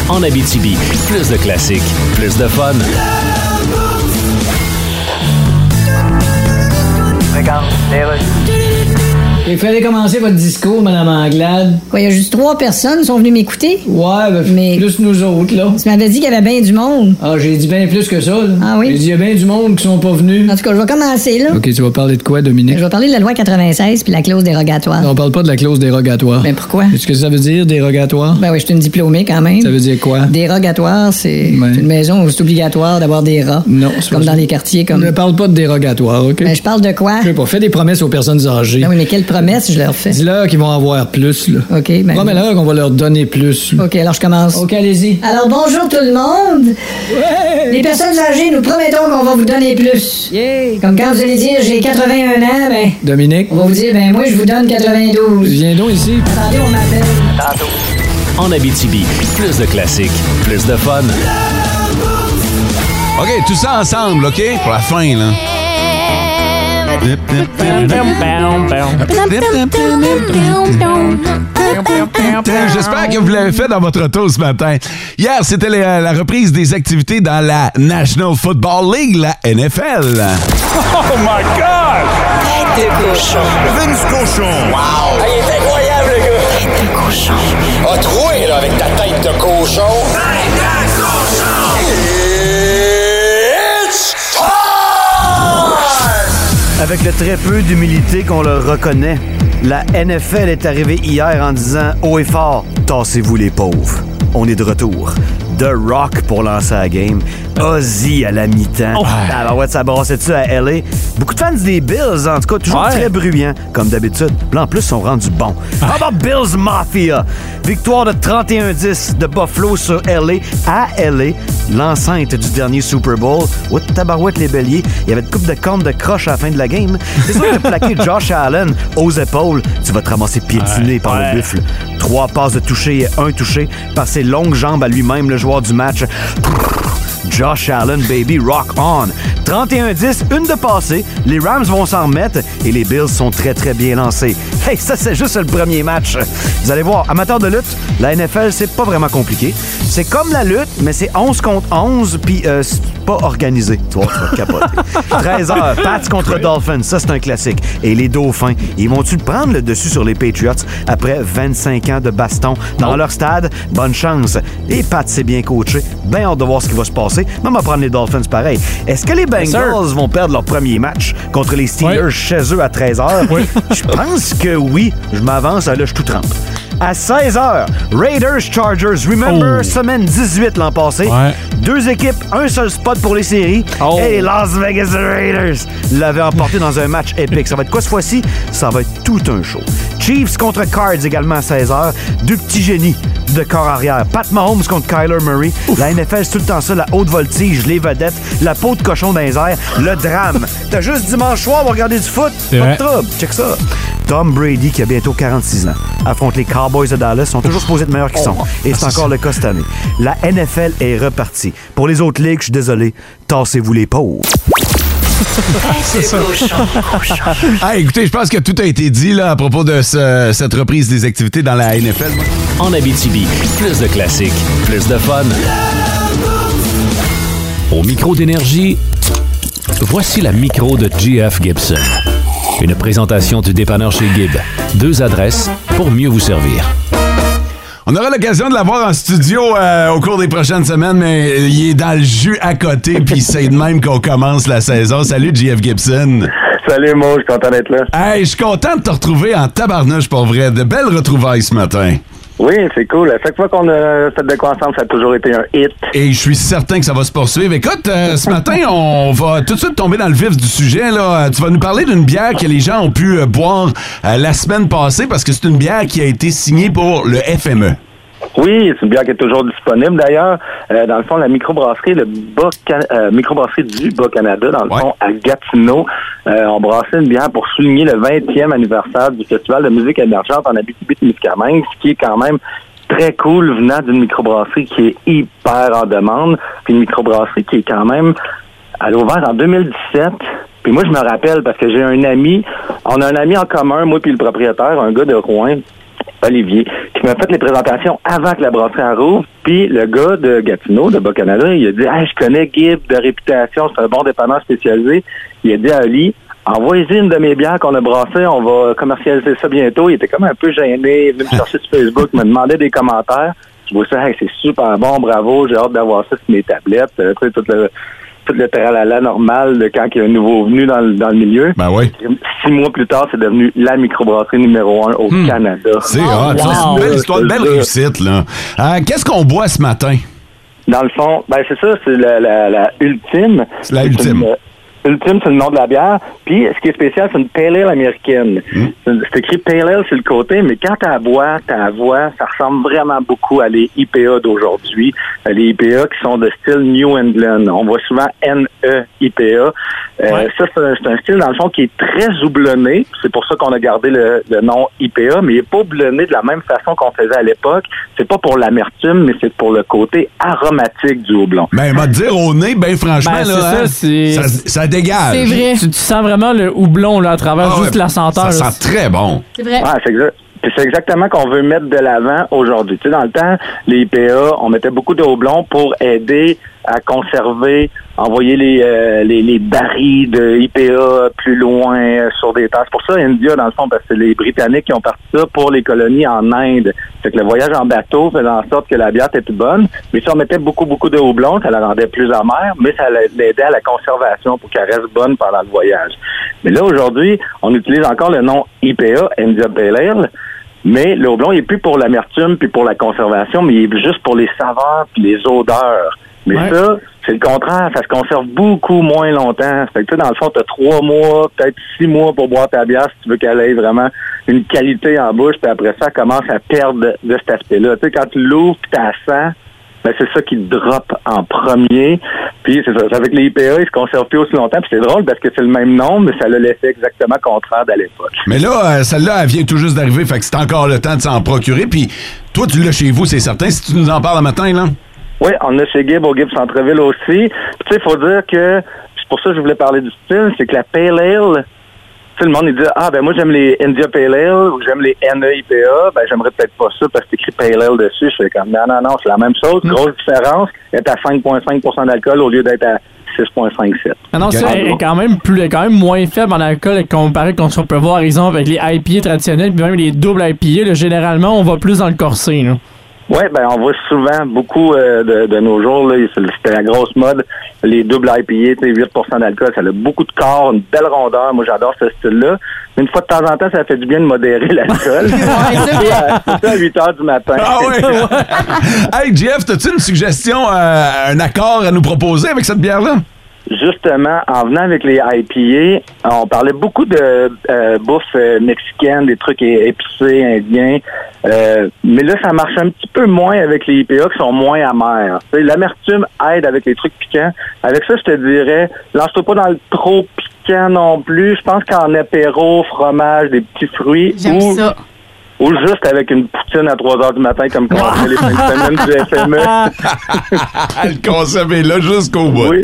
[SPEAKER 2] En Abitibi, plus de classiques, plus de fun.
[SPEAKER 7] Il fallait commencer votre discours, Madame Anglade.
[SPEAKER 12] Quoi, il y a juste trois personnes qui sont venues m'écouter?
[SPEAKER 7] Ouais, ben,
[SPEAKER 12] Mais-
[SPEAKER 7] plus nous autres, là.
[SPEAKER 12] Tu m'avais dit qu'il y avait bien du monde.
[SPEAKER 7] Ah, j'ai dit bien plus que ça, là.
[SPEAKER 12] Ah oui?
[SPEAKER 7] J'ai dit, il y a bien du monde qui sont pas venus.
[SPEAKER 12] En tout cas, je vais commencer, là.
[SPEAKER 7] OK, tu vas parler de quoi,
[SPEAKER 12] Je
[SPEAKER 7] Dominique?
[SPEAKER 12] vais parler de la loi 96 puis la clause dérogatoire.
[SPEAKER 7] On parle pas de la clause dérogatoire.
[SPEAKER 12] Mais pourquoi?
[SPEAKER 7] Est-ce que ça veut dire dérogatoire?
[SPEAKER 12] Ben oui, je suis une diplômée quand même.
[SPEAKER 7] Ça veut dire quoi?
[SPEAKER 12] Dérogatoire, c'est
[SPEAKER 7] Ouais.
[SPEAKER 12] une maison où c'est obligatoire d'avoir des rats.
[SPEAKER 7] Non, c'est
[SPEAKER 12] Comme
[SPEAKER 7] pas
[SPEAKER 12] dans
[SPEAKER 7] ça.
[SPEAKER 12] les quartiers, comme.
[SPEAKER 7] Ne parle pas de dérogatoire, OK?
[SPEAKER 12] Ben, je parle de quoi?
[SPEAKER 7] Je sais pas, fais des promesses aux personnes âgées.
[SPEAKER 12] Ben oui, mais quelle promesse je leur fais?
[SPEAKER 7] Dis-leur qu'ils vont avoir plus, là.
[SPEAKER 12] OK, ben.
[SPEAKER 7] Promets-leur qu'on va leur donner plus. là.
[SPEAKER 12] OK, alors je commence.
[SPEAKER 7] OK, allez-y.
[SPEAKER 12] Alors bonjour tout le monde. Les personnes âgées, nous promettons qu'on va vous donner plus. Comme quand vous allez dire j'ai 81 ans, ben
[SPEAKER 7] Dominique,
[SPEAKER 12] on va vous dire ben moi je vous donne 92.
[SPEAKER 7] viens donc ici.
[SPEAKER 12] Attendez, on m'appelle.
[SPEAKER 2] En Abitibi, plus de classiques, plus de fun.
[SPEAKER 3] OK, tout ça ensemble, OK? Pour la fin, là. Putain, J'espère que vous l'avez fait dans votre auto ce matin. Hier, c'était la, la reprise des activités dans la National Football League, la NFL.
[SPEAKER 10] Vince Cochon.
[SPEAKER 13] Ah, il est incroyable, le gars! Tête de cochon. Ah, troué, là, avec ta tête de cochon. Tête de cochon! It's
[SPEAKER 14] Avec le très peu d'humilité qu'on leur reconnaît, la NFL est arrivée hier en disant haut et fort Tassez-vous les pauvres. On est de retour. The Rock pour lancer la game. Ozzy à la mi-temps. Alors, ouais, ça brassait-tu à LA? Beaucoup de fans des Bills, en tout cas, toujours
[SPEAKER 10] Ouais.
[SPEAKER 14] très bruyants, comme d'habitude. Là, en plus, ils sont rendus bons. How about Bills Mafia? Victoire de 31-10 de Buffalo sur LA, à LA, l'enceinte du dernier Super Bowl. What tabarouette les béliers. Il y avait une coupe de cornes de croche à la fin de la game. C'est sûr que plaquer Josh Allen aux épaules, tu vas te ramasser piétiné par le buffle. Trois passes de toucher et un touché par ses longues jambes à lui-même, le joueur du match. Josh Allen, baby, rock on. 31-10, une de passée. Les Rams vont s'en remettre et les Bills sont très, très bien lancés. Hey, ça, c'est juste le premier match. Vous allez voir, amateurs de lutte, la NFL, c'est pas vraiment compliqué. C'est comme la lutte, mais c'est 11 contre 11, puis euh, c'est pas organisé. Tu vois, tu vas capoter. 13h, Pats contre Dolphins, ça, c'est un classique. Et les Dauphins, ils vont-tu prendre le dessus sur les Patriots après 25 ans de baston dans leur stade? Bonne chance. Et Pat s'est bien coaché. Bien hâte de voir ce qui va se passer. Même à prendre les Dolphins pareil. Est-ce que les
[SPEAKER 10] Yes,
[SPEAKER 14] Bengals vont perdre leur premier match contre les Steelers chez eux à 13h? Je pense que oui. Je m'avance, là, je suis tout trempe. À 16h, Raiders Chargers. Remember,
[SPEAKER 2] Oh.
[SPEAKER 14] semaine 18 l'an passé. Deux équipes, un seul spot pour les séries. Et Las Vegas Raiders l'avait emporté dans un match épique. Ça va être quoi cette fois-ci? Ça va être tout un show. Chiefs contre Cards également à 16h. Deux petits génies de corps arrière. Pat Mahomes contre Kyler Murray. La NFL, c'est tout le temps ça. La haute voltige, les vedettes, la peau de cochon dans les airs, le drame. T'as juste dimanche soir, on va regarder du foot.
[SPEAKER 10] C'est
[SPEAKER 14] Pas
[SPEAKER 10] vrai.
[SPEAKER 14] de trouble. Check ça. Tom Brady, qui a bientôt 46 ans, affronte les Cowboys de Dallas. Ils sont toujours supposés être meilleurs qu'ils sont. Et c'est encore le cas cette année. La NFL est repartie. Pour les autres ligues, je suis désolé. Tassez-vous les pauvres.
[SPEAKER 3] Ah, écoutez, je pense que tout a été dit là, à propos de ce- cette reprise des activités dans la NFL.
[SPEAKER 2] En Abitibi, plus de classiques, plus de fun. Au micro d'énergie, voici la micro de GF Gibson. Une présentation du dépanneur chez Gibb. Deux adresses pour mieux vous servir.
[SPEAKER 3] On aura l'occasion de l'avoir en studio euh, au cours des prochaines semaines, mais il est dans le jus à côté, puis c'est de même qu'on commence la saison. Salut, JF Gibson.
[SPEAKER 15] Salut, Mo, je suis content d'être là.
[SPEAKER 3] Hey, je suis content de te retrouver en tabarnouche pour vrai. De belles retrouvailles ce matin.
[SPEAKER 15] Oui, c'est cool. À chaque fois qu'on a fait de quoi ensemble, ça a toujours été un hit.
[SPEAKER 3] Et je suis certain que ça va se poursuivre. Écoute, euh, ce matin, on va tout de suite tomber dans le vif du sujet. Là. Euh, Tu vas nous parler d'une bière que les gens ont pu euh, boire euh, la semaine passée parce que c'est une bière qui a été signée pour le E. FME.
[SPEAKER 15] Oui, c'est une bière qui est toujours disponible d'ailleurs. Euh, dans le fond, la microbrasserie, le Bas Can- euh, microbrasserie du Bas-Canada, dans le fond, à
[SPEAKER 14] Oh.
[SPEAKER 15] Gatineau, euh, on brassait une bière pour souligner le 20e anniversaire du Festival de musique émergente en Abitibi-Témiscamingue, ce qui est quand même très cool venant d'une microbrasserie qui est hyper en demande, puis une microbrasserie qui est quand même Elle a ouvert en 2017. Puis moi, je me rappelle parce que j'ai un ami, on a un ami en commun, moi puis le propriétaire, un gars de Rouen, Olivier, qui m'a fait les présentations avant que la brasserie en rouvre. Puis le gars de Gatineau, de Bas-Canada, il a dit Hey, je connais Gibb de réputation, c'est un bon dépanneur spécialisé. Il a dit à Oli, envoyez-y une de mes bières qu'on a brassées, on va commercialiser ça bientôt. Il était comme un peu gêné, il est venu me chercher sur Facebook, me demandait des commentaires. Je vois ça, Hey, c'est super bon, bravo, j'ai hâte d'avoir ça sur mes tablettes. Euh, tu sais, tout le tout le tralala normal de quand il y a un nouveau venu dans, le- dans le milieu.
[SPEAKER 3] Ben oui.
[SPEAKER 15] Six mois plus tard, c'est devenu la microbrasserie numéro un au Canada.
[SPEAKER 3] C'est hot, ça, c'est une belle histoire, une belle réussite. là. Euh, Qu'est-ce qu'on boit ce matin?
[SPEAKER 15] Dans le fond, ben c'est ça, c'est la, la, la ultime.
[SPEAKER 3] C'est la ultime.
[SPEAKER 15] une, euh, ultime, c'est le nom de la bière. Puis, ce qui est spécial, c'est une pale ale américaine. C'est c'est écrit pale ale sur le côté, mais quand t'as bois, t'as voix, ça ressemble vraiment beaucoup à les IPA d'aujourd'hui. Euh, Les IPA qui sont de style New England. On voit souvent NE IPA. Euh, Ça, c'est un, c'est un style, dans le fond, qui est très houblonné. C'est pour ça qu'on a gardé le, le nom IPA, mais il n'est pas houblonné de la même façon qu'on faisait à l'époque. C'est pas pour l'amertume, mais c'est pour le côté aromatique du houblon.
[SPEAKER 3] Ben, m'a dire au nez, ben franchement,
[SPEAKER 15] Ben,
[SPEAKER 3] là,
[SPEAKER 15] c'est ça,
[SPEAKER 3] hein,
[SPEAKER 15] c'est-
[SPEAKER 3] ça, ça dégage.
[SPEAKER 6] Ah, Tu, tu sens vraiment le houblon là, à travers
[SPEAKER 3] Ah ouais,
[SPEAKER 6] juste la senteur.
[SPEAKER 3] ça
[SPEAKER 6] là.
[SPEAKER 3] sent très bon.
[SPEAKER 4] C'est vrai.
[SPEAKER 15] Ouais, c'est exact- puis c'est exactement qu'on veut mettre de l'avant aujourd'hui. Tu sais, dans le temps, les IPA, on mettait beaucoup de houblon pour aider à conserver, envoyer les, euh, les, les barils de IPA plus loin euh, sur des tasses. Pour ça, India, dans le fond, parce que c'est les Britanniques qui ont parti ça pour les colonies en Inde. Fait que le voyage en bateau faisait en sorte que la bière était plus bonne. Mais si on mettait beaucoup, beaucoup de houblon, ça la rendait plus amère, mais ça l'a- l'aidait à la conservation pour qu'elle reste bonne pendant le voyage. Mais là, aujourd'hui, on utilise encore le nom IPA, India Pale Ale, Mais le houblon, il est plus pour l'amertume puis pour la conservation, mais il est juste pour les saveurs puis les odeurs. Mais
[SPEAKER 13] Ouais.
[SPEAKER 15] ça, c'est le contraire. Ça se conserve beaucoup moins longtemps. Fait que, tu sais, dans le fond, tu as trois mois, peut-être six mois pour boire ta bière si tu veux qu'elle ait vraiment une qualité en bouche. Puis après ça, elle commence à perdre de cet aspect-là. Tu sais, quand tu l'ouvres puis tu la sens, ben, c'est ça qui drop en premier. Puis c'est ça. Avec les IPA, ils se conservent plus aussi longtemps. Puis c'est drôle parce que c'est le même nombre, mais ça l'a l'effet exactement contraire d'à l'époque.
[SPEAKER 3] Mais là, euh, celle-là, elle vient tout juste d'arriver, fait que c'est encore le temps de s'en procurer. Puis toi, tu l'as chez vous, c'est certain, si tu nous en parles un matin, là.
[SPEAKER 15] Oui, on l'a chez Gibb au Gibb Centreville aussi. Puis, tu sais, il faut dire que, c'est pour ça que je voulais parler du style, c'est que la Pale Ale, tu sais, le monde, il dit, ah, ben moi, j'aime les India Pale Ale ou j'aime les NEIPA. Ben, j'aimerais peut-être pas ça parce que c'est écrit Pale Ale dessus. Je fais comme, non, non, non, c'est la même chose. Grosse différence. Elle est à 5,5 d'alcool au lieu d'être à 6,57.
[SPEAKER 6] Ah non, ça elle est
[SPEAKER 15] Ah,
[SPEAKER 6] quand même, plus, elle est quand même moins faible en alcool comparé à ce qu'on peut voir, par exemple, avec les IPA traditionnels, puis même les doubles IPA. là, généralement, on va plus dans le corsé. là.
[SPEAKER 15] Oui, ben on voit souvent beaucoup euh, de, de nos jours, là, c'est- c'était la grosse mode, les doubles IPA, tu sais, 8 d'alcool, ça a beaucoup de corps, une belle rondeur, moi j'adore ce style-là. Mais une fois de temps en temps, ça fait du bien de modérer l'alcool. c'est à- c'est à 8 heures du matin.
[SPEAKER 3] Ah oui! hey, Jeff, as-tu une suggestion, euh, un accord à nous proposer avec cette bière-là?
[SPEAKER 15] Justement, en venant avec les IPA, on parlait beaucoup de euh, bouffe euh, mexicaine, des trucs é- épicés, indiens. Euh, mais là, ça marche un petit peu moins avec les IPA qui sont moins amers. Tu sais, L'amertume aide avec les trucs piquants. Avec ça, je te dirais, lance-toi pas dans le trop piquant non plus. Je pense qu'en apéro, fromage, des petits fruits.
[SPEAKER 13] J'aime
[SPEAKER 15] ou,
[SPEAKER 13] ça.
[SPEAKER 15] Ou juste avec une poutine à 3 heures du matin, comme quand on fait les fins de semaine du E. FME.
[SPEAKER 3] Le concept est là jusqu'au bout.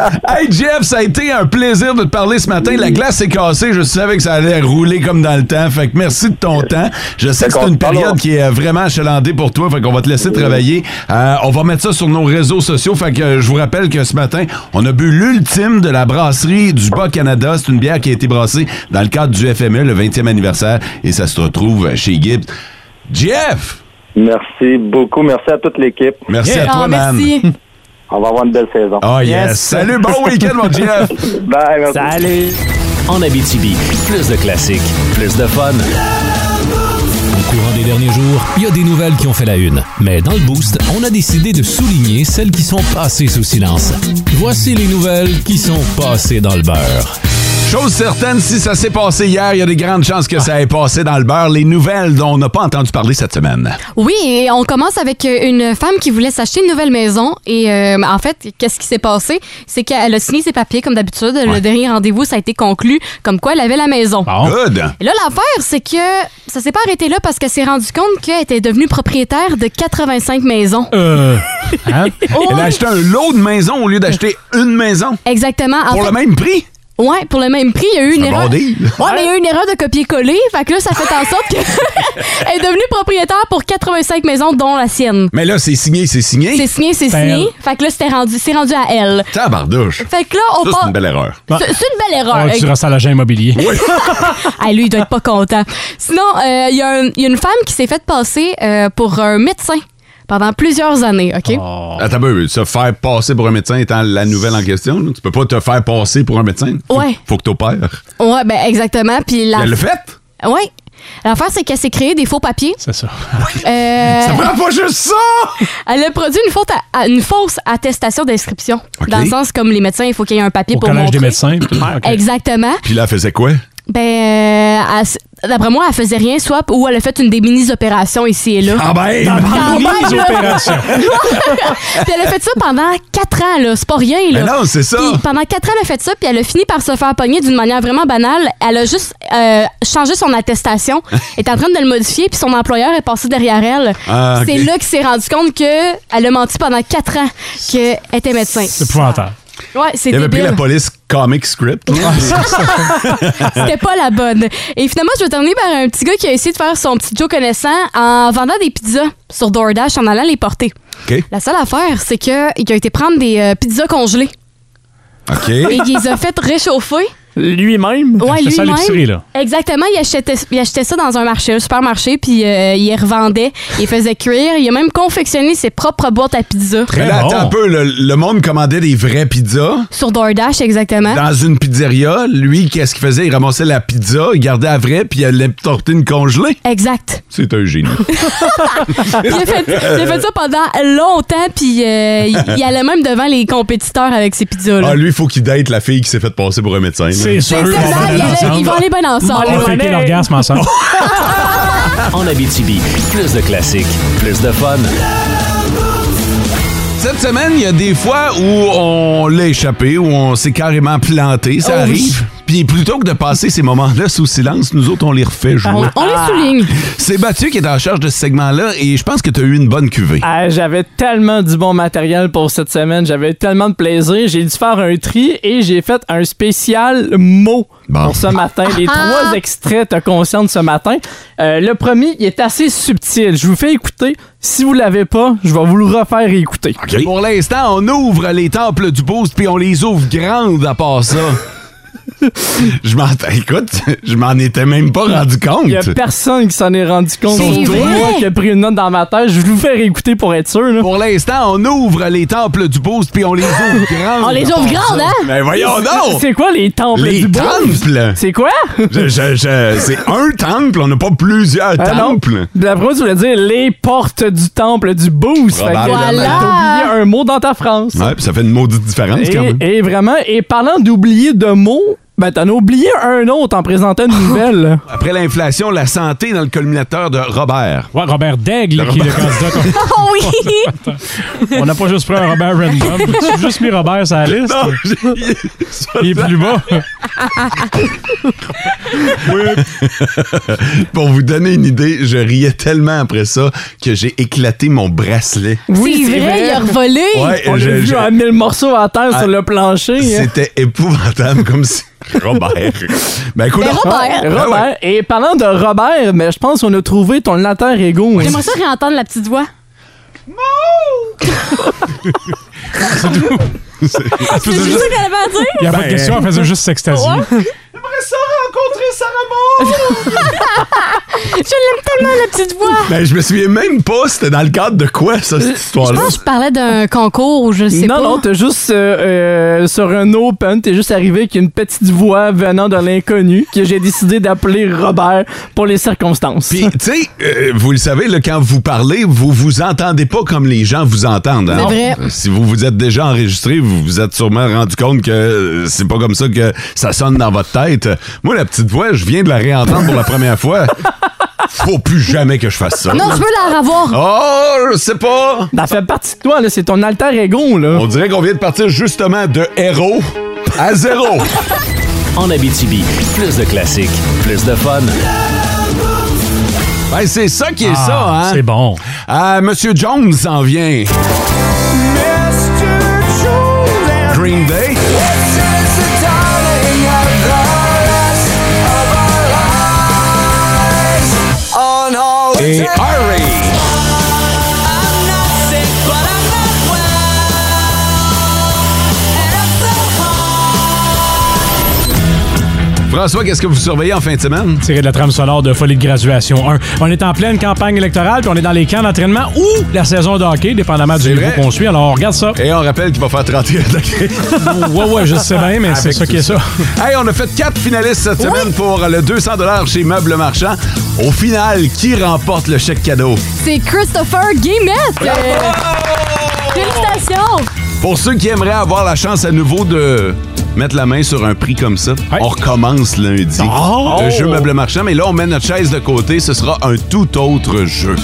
[SPEAKER 3] hey Jeff, ça a été un plaisir de te parler ce matin. La glace s'est cassée, je savais que ça allait rouler comme dans le temps. Fait que merci de ton temps. Je sais que c'est une période qui est euh, vraiment achalandée pour toi. Fait qu'on va te laisser travailler. Euh, on va mettre ça sur nos réseaux sociaux. Fait que euh, je vous rappelle que ce matin, on a bu l'ultime de la brasserie du Bas-Canada. C'est une bière qui a été brassée dans le cadre du FME, le 20e anniversaire. Et ça se retrouve chez Gibbs. Jeff!
[SPEAKER 15] Merci beaucoup. Merci à toute l'équipe.
[SPEAKER 3] Merci
[SPEAKER 4] Ah,
[SPEAKER 3] à toi, man.
[SPEAKER 15] On va avoir une belle saison.
[SPEAKER 3] Ah, yes. Salut, bon week-end, mon Jeff.
[SPEAKER 15] Bye, merci.
[SPEAKER 2] Salut. En Abitibi, plus de classiques, plus de fun. Au courant des derniers jours, il y a des nouvelles qui ont fait la une. Mais dans le Boost, on a décidé de souligner celles qui sont passées sous silence. Voici les nouvelles qui sont passées dans le beurre.
[SPEAKER 3] Chose certaine, si ça s'est passé hier, il y a des grandes chances que ça ait passé dans le beurre. Les nouvelles dont on n'a pas entendu parler cette semaine.
[SPEAKER 4] Oui, et on commence avec euh, une femme qui voulait s'acheter une nouvelle maison. Et euh, en fait, qu'est-ce qui s'est passé? C'est qu'elle a signé ses papiers comme d'habitude. Le dernier rendez-vous, ça a été conclu comme quoi elle avait la maison.
[SPEAKER 3] Good.
[SPEAKER 4] Et là, l'affaire, c'est que ça s'est pas arrêté là parce qu'elle s'est rendue compte qu'elle était devenue propriétaire de 85 maisons.
[SPEAKER 5] Euh, hein?
[SPEAKER 3] Elle a acheté un lot de maisons au lieu d'acheter une maison.
[SPEAKER 4] Exactement. En
[SPEAKER 3] Pour
[SPEAKER 4] fait-
[SPEAKER 3] le même prix.
[SPEAKER 4] Ouais, pour le même prix, il y a eu une
[SPEAKER 3] un bon
[SPEAKER 4] erreur.
[SPEAKER 3] deal.
[SPEAKER 4] Ouais, mais il y a eu une erreur de copier-coller, fait que là ça fait en sorte que elle est devenue propriétaire pour 85 maisons dont la sienne.
[SPEAKER 3] Mais là, c'est signé, c'est signé.
[SPEAKER 4] C'est signé, c'est signé. Fait que là c'était rendu c'est rendu à elle.
[SPEAKER 3] Tabardouche.
[SPEAKER 4] Fait que là on
[SPEAKER 3] Ça,
[SPEAKER 4] part-
[SPEAKER 3] c'est une belle erreur.
[SPEAKER 4] C'est c'est une belle erreur.
[SPEAKER 5] On Ah, tu restes à l'agent immobilier.
[SPEAKER 4] ah, lui, il doit être pas content. Sinon, euh, il y, a un- il y a une femme qui s'est faite passer euh, pour un médecin pendant plusieurs années, OK?
[SPEAKER 3] Attends, un peu, se faire passer pour un médecin étant la nouvelle en question, là, tu peux pas te faire passer pour un médecin. Faut-
[SPEAKER 4] Ouais.
[SPEAKER 3] Faut que t'opères.
[SPEAKER 4] Ouais, ben exactement. Puis la...
[SPEAKER 3] Elle l'a fait?
[SPEAKER 4] Oui. L'affaire, c'est qu'elle s'est créée des faux papiers.
[SPEAKER 5] C'est ça.
[SPEAKER 4] Euh,
[SPEAKER 3] Ça prend pas juste ça!
[SPEAKER 4] Elle a produit une, faute à- à- une fausse attestation d'inscription. Dans le sens comme les médecins, il faut qu'il y ait un papier
[SPEAKER 3] Au
[SPEAKER 4] pour
[SPEAKER 3] collège
[SPEAKER 4] montrer.
[SPEAKER 3] des médecins. Ah, ok.
[SPEAKER 4] Exactement.
[SPEAKER 3] Puis là, elle faisait quoi?
[SPEAKER 4] Ben, euh, elle s- d'après moi, elle faisait rien, soit ou elle a fait une des mini-opérations ici et là.
[SPEAKER 3] Ah ben!
[SPEAKER 4] Quand même, là.
[SPEAKER 3] Mini-opérations.
[SPEAKER 4] puis elle a fait ça pendant quatre ans, là. C'est pas rien, là.
[SPEAKER 3] Mais non, c'est ça.
[SPEAKER 4] Puis pendant quatre ans, elle a fait ça, puis elle a fini par se faire pogner d'une manière vraiment banale. Elle a juste euh, changé son attestation, est en train de le modifier, puis son employeur est passé derrière elle.
[SPEAKER 5] Ah, ok.
[SPEAKER 4] C'est là qu'il s'est rendu compte qu'elle a menti pendant quatre ans qu'elle était médecin.
[SPEAKER 5] C'est épouvantable.
[SPEAKER 4] Ouais, c'est
[SPEAKER 3] Il avait pris
[SPEAKER 4] débile.
[SPEAKER 3] la police comic script. là.
[SPEAKER 4] C'était pas la bonne. Et finalement, je vais terminer par un petit gars qui a essayé de faire son petit Joe connaissant en vendant des pizzas sur DoorDash en allant les porter.
[SPEAKER 3] OK.
[SPEAKER 4] La seule affaire, c'est qu'il a été prendre des euh, pizzas congelées.
[SPEAKER 3] OK.
[SPEAKER 4] Et il les a fait réchauffer.
[SPEAKER 6] Lui-même?
[SPEAKER 16] Ouais,
[SPEAKER 5] Achetait ça à
[SPEAKER 16] lui-même.
[SPEAKER 5] l'épicerie, là.
[SPEAKER 16] Exactement, il achetait, il achetait ça dans un marché, un supermarché, puis euh, il revendait, il faisait cuire, il a même confectionné ses propres boîtes à pizza.
[SPEAKER 3] Mais là, attends un peu, le, le monde commandait des vraies pizzas.
[SPEAKER 16] Sur DoorDash, exactement.
[SPEAKER 3] Dans une pizzeria, lui, qu'est-ce qu'il faisait? Il ramassait la pizza, il gardait la vraie, puis il allait torter une congelée.
[SPEAKER 16] Exact.
[SPEAKER 3] C'est un génie.
[SPEAKER 16] Puis il, a fait, il a fait ça pendant longtemps, puis euh, il, il allait même devant les compétiteurs avec ses pizzas. là.
[SPEAKER 3] Ah, lui, il faut qu'il date la fille qui s'est faite passer pour un médecin.
[SPEAKER 5] C'est sûr.
[SPEAKER 16] C'est ça, il allait- ils vont aller bien ensemble.
[SPEAKER 5] On va fêter l'orgasme ensemble.
[SPEAKER 2] Ah. En Abitibi, plus de classiques, plus de fun.
[SPEAKER 3] Cette semaine, il y a des fois où on l'a échappé, où on s'est carrément planté, ça
[SPEAKER 16] Oh oui.
[SPEAKER 3] arrive. Puis plutôt que de passer ces moments-là sous silence, nous autres, on les refait jouer.
[SPEAKER 16] On, on les souligne.
[SPEAKER 3] C'est Mathieu qui est en charge de ce segment-là et je pense que tu as eu une bonne cuvée.
[SPEAKER 6] Ah, j'avais tellement du bon matériel pour cette semaine, j'avais tellement de plaisir, j'ai dû faire un tri et j'ai fait un spécial mot pour ce matin.
[SPEAKER 3] Ah.
[SPEAKER 6] Les trois extraits te concernent ce matin. Euh, le premier, il est assez subtil. Je vous fais écouter. Si vous l'avez pas, je vais vous le refaire écouter.
[SPEAKER 3] Pour l'instant, on ouvre les temples du boost puis on les ouvre grandes à part ça. je m'en écoute, je m'en étais même pas rendu compte.
[SPEAKER 6] Il y a personne qui s'en est rendu compte.
[SPEAKER 3] C'est
[SPEAKER 6] Sauf
[SPEAKER 3] vrai?
[SPEAKER 6] moi qui a pris une note dans ma tête. Je vais vous faire écouter pour être sûr.
[SPEAKER 3] Pour l'instant, on ouvre les temples du boost puis on les ouvre grandes.
[SPEAKER 6] On les ouvre
[SPEAKER 3] à part
[SPEAKER 6] grandes,
[SPEAKER 3] ça.
[SPEAKER 6] hein?
[SPEAKER 3] Mais voyons donc!
[SPEAKER 6] C'est quoi les temples
[SPEAKER 3] Les
[SPEAKER 6] du boost?
[SPEAKER 3] temples!
[SPEAKER 6] C'est quoi?
[SPEAKER 3] Je- je- je- c'est un temple, on n'a pas plusieurs
[SPEAKER 6] Ah non.
[SPEAKER 3] temples.
[SPEAKER 6] D'après moi, tu voulais dire les portes du temple du boost. Fait que
[SPEAKER 3] Probablement.
[SPEAKER 6] t'as
[SPEAKER 3] Voilà.
[SPEAKER 6] oublié un mot dans ta France.
[SPEAKER 3] Ouais, puis ça fait une maudite différence quand même.
[SPEAKER 6] Et, et vraiment, et parlant d'oublier de mots, ben t'en as oublié un autre en présentant une nouvelle.
[SPEAKER 3] Après l'inflation, la santé dans le culminateur de Robert.
[SPEAKER 5] Ouais, Robert Daigle qui est le candidat.
[SPEAKER 16] Oh oui!
[SPEAKER 5] On n'a pas juste pris un Robert random. J'ai juste mis Robert sur la liste. Il est plus bas.
[SPEAKER 3] Pour vous donner une idée, je riais tellement après ça que j'ai éclaté mon bracelet.
[SPEAKER 6] Oui,
[SPEAKER 16] C'est vrai, il a revolé.
[SPEAKER 3] Ouais,
[SPEAKER 6] On
[SPEAKER 3] je-
[SPEAKER 6] l'a vu
[SPEAKER 3] je-
[SPEAKER 6] à mille morceaux à terre
[SPEAKER 3] Ah,
[SPEAKER 6] sur le plancher. hein.
[SPEAKER 3] C'était épouvantable comme si. Robert. Ben écoute,
[SPEAKER 6] Mais Robert,
[SPEAKER 3] Ben
[SPEAKER 6] Robert.
[SPEAKER 3] ouais.
[SPEAKER 6] Et parlant de Robert, mais je pense qu'on a trouvé ton alter ego. hein.
[SPEAKER 16] J'aimerais ça réentendre la petite voix.
[SPEAKER 5] C'est
[SPEAKER 16] C'est
[SPEAKER 5] juste-
[SPEAKER 16] ça qu'elle avait à dire?
[SPEAKER 5] Il n'y a pas
[SPEAKER 3] Ben,
[SPEAKER 5] de question, elle faisait juste s'extasier.
[SPEAKER 3] J'aimerais ça rencontrer Sarah Maud!
[SPEAKER 16] Je l'aime tellement, la petite voix.
[SPEAKER 3] Ben, je me souviens même pas, c'était dans le cadre de quoi, ça, cette
[SPEAKER 16] Je
[SPEAKER 3] histoire-là?
[SPEAKER 16] pense que je parlais d'un concours ou je sais
[SPEAKER 6] non,
[SPEAKER 16] pas.
[SPEAKER 6] non, t'es juste euh, euh, sur un open, t'es juste arrivé avec une petite voix venant de l'inconnu que j'ai décidé d'appeler Robert pour les circonstances.
[SPEAKER 3] Puis, tu sais, euh, vous le savez, là, quand vous parlez, vous vous entendez pas comme les gens vous entendent. hein?
[SPEAKER 16] C'est vrai.
[SPEAKER 3] Euh, Si vous vous êtes déjà enregistré, vous vous êtes sûrement rendu compte que euh, c'est pas comme ça que ça sonne dans votre tête. Moi, la petite voix, je viens de la réentendre pour la première fois. Faut plus jamais que je fasse ça.
[SPEAKER 16] Non, je veux la revoir.
[SPEAKER 3] Oh, je sais pas.
[SPEAKER 6] Ça fait partie de toi, là, c'est ton alter ego, là.
[SPEAKER 3] On dirait qu'on vient de partir justement de héros à zéro.
[SPEAKER 2] En Abitibi, plus de classiques, plus de fun.
[SPEAKER 3] Ben, c'est ça qui est
[SPEAKER 5] Ah,
[SPEAKER 3] ça, hein?
[SPEAKER 5] C'est bon.
[SPEAKER 3] Ah, Monsieur Jones s'en vient. Green Day. Et Harry. François, qu'est-ce que vous surveillez en fin de semaine?
[SPEAKER 5] Tiré de la trame sonore de Folie de graduation 1. On est en pleine campagne électorale, puis on est dans les camps d'entraînement ou la saison de hockey, dépendamment
[SPEAKER 3] C'est
[SPEAKER 5] du niveau
[SPEAKER 3] vrai.
[SPEAKER 5] qu'on suit. Alors, on regarde ça.
[SPEAKER 3] Et on rappelle qu'il va faire 31 degrés.
[SPEAKER 5] Ouais, ouais, je sais bien, mais c'est
[SPEAKER 3] Avec
[SPEAKER 5] ça qui est ça.
[SPEAKER 3] Hey, on a fait quatre finalistes cette semaine pour le 200 chez Meubles Marchand. Au final, qui remporte le chèque cadeau?
[SPEAKER 16] C'est Christopher Guillemette. Euh, Félicitations.
[SPEAKER 3] Pour ceux qui aimeraient avoir la chance à nouveau de mettre la main sur un prix comme ça, on recommence lundi.
[SPEAKER 5] Oh!
[SPEAKER 3] Le jeu Meuble Marchand, mais là, on met notre chaise de côté. Ce sera un tout autre jeu.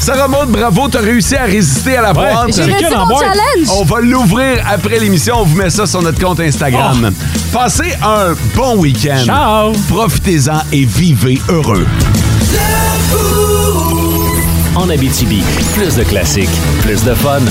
[SPEAKER 3] Sarah Maud, bravo, t'as réussi à résister à la
[SPEAKER 5] Ouais,
[SPEAKER 3] boîte. Oh,
[SPEAKER 5] j'ai C'est réussi qui, la mon boîte? challenge.
[SPEAKER 3] On va l'ouvrir après l'émission. On vous met ça sur notre compte Instagram. Passez un bon week-end.
[SPEAKER 5] Oh! Ciao.
[SPEAKER 3] Profitez-en et vivez heureux.
[SPEAKER 2] En Abitibi, plus de classiques, plus de fun.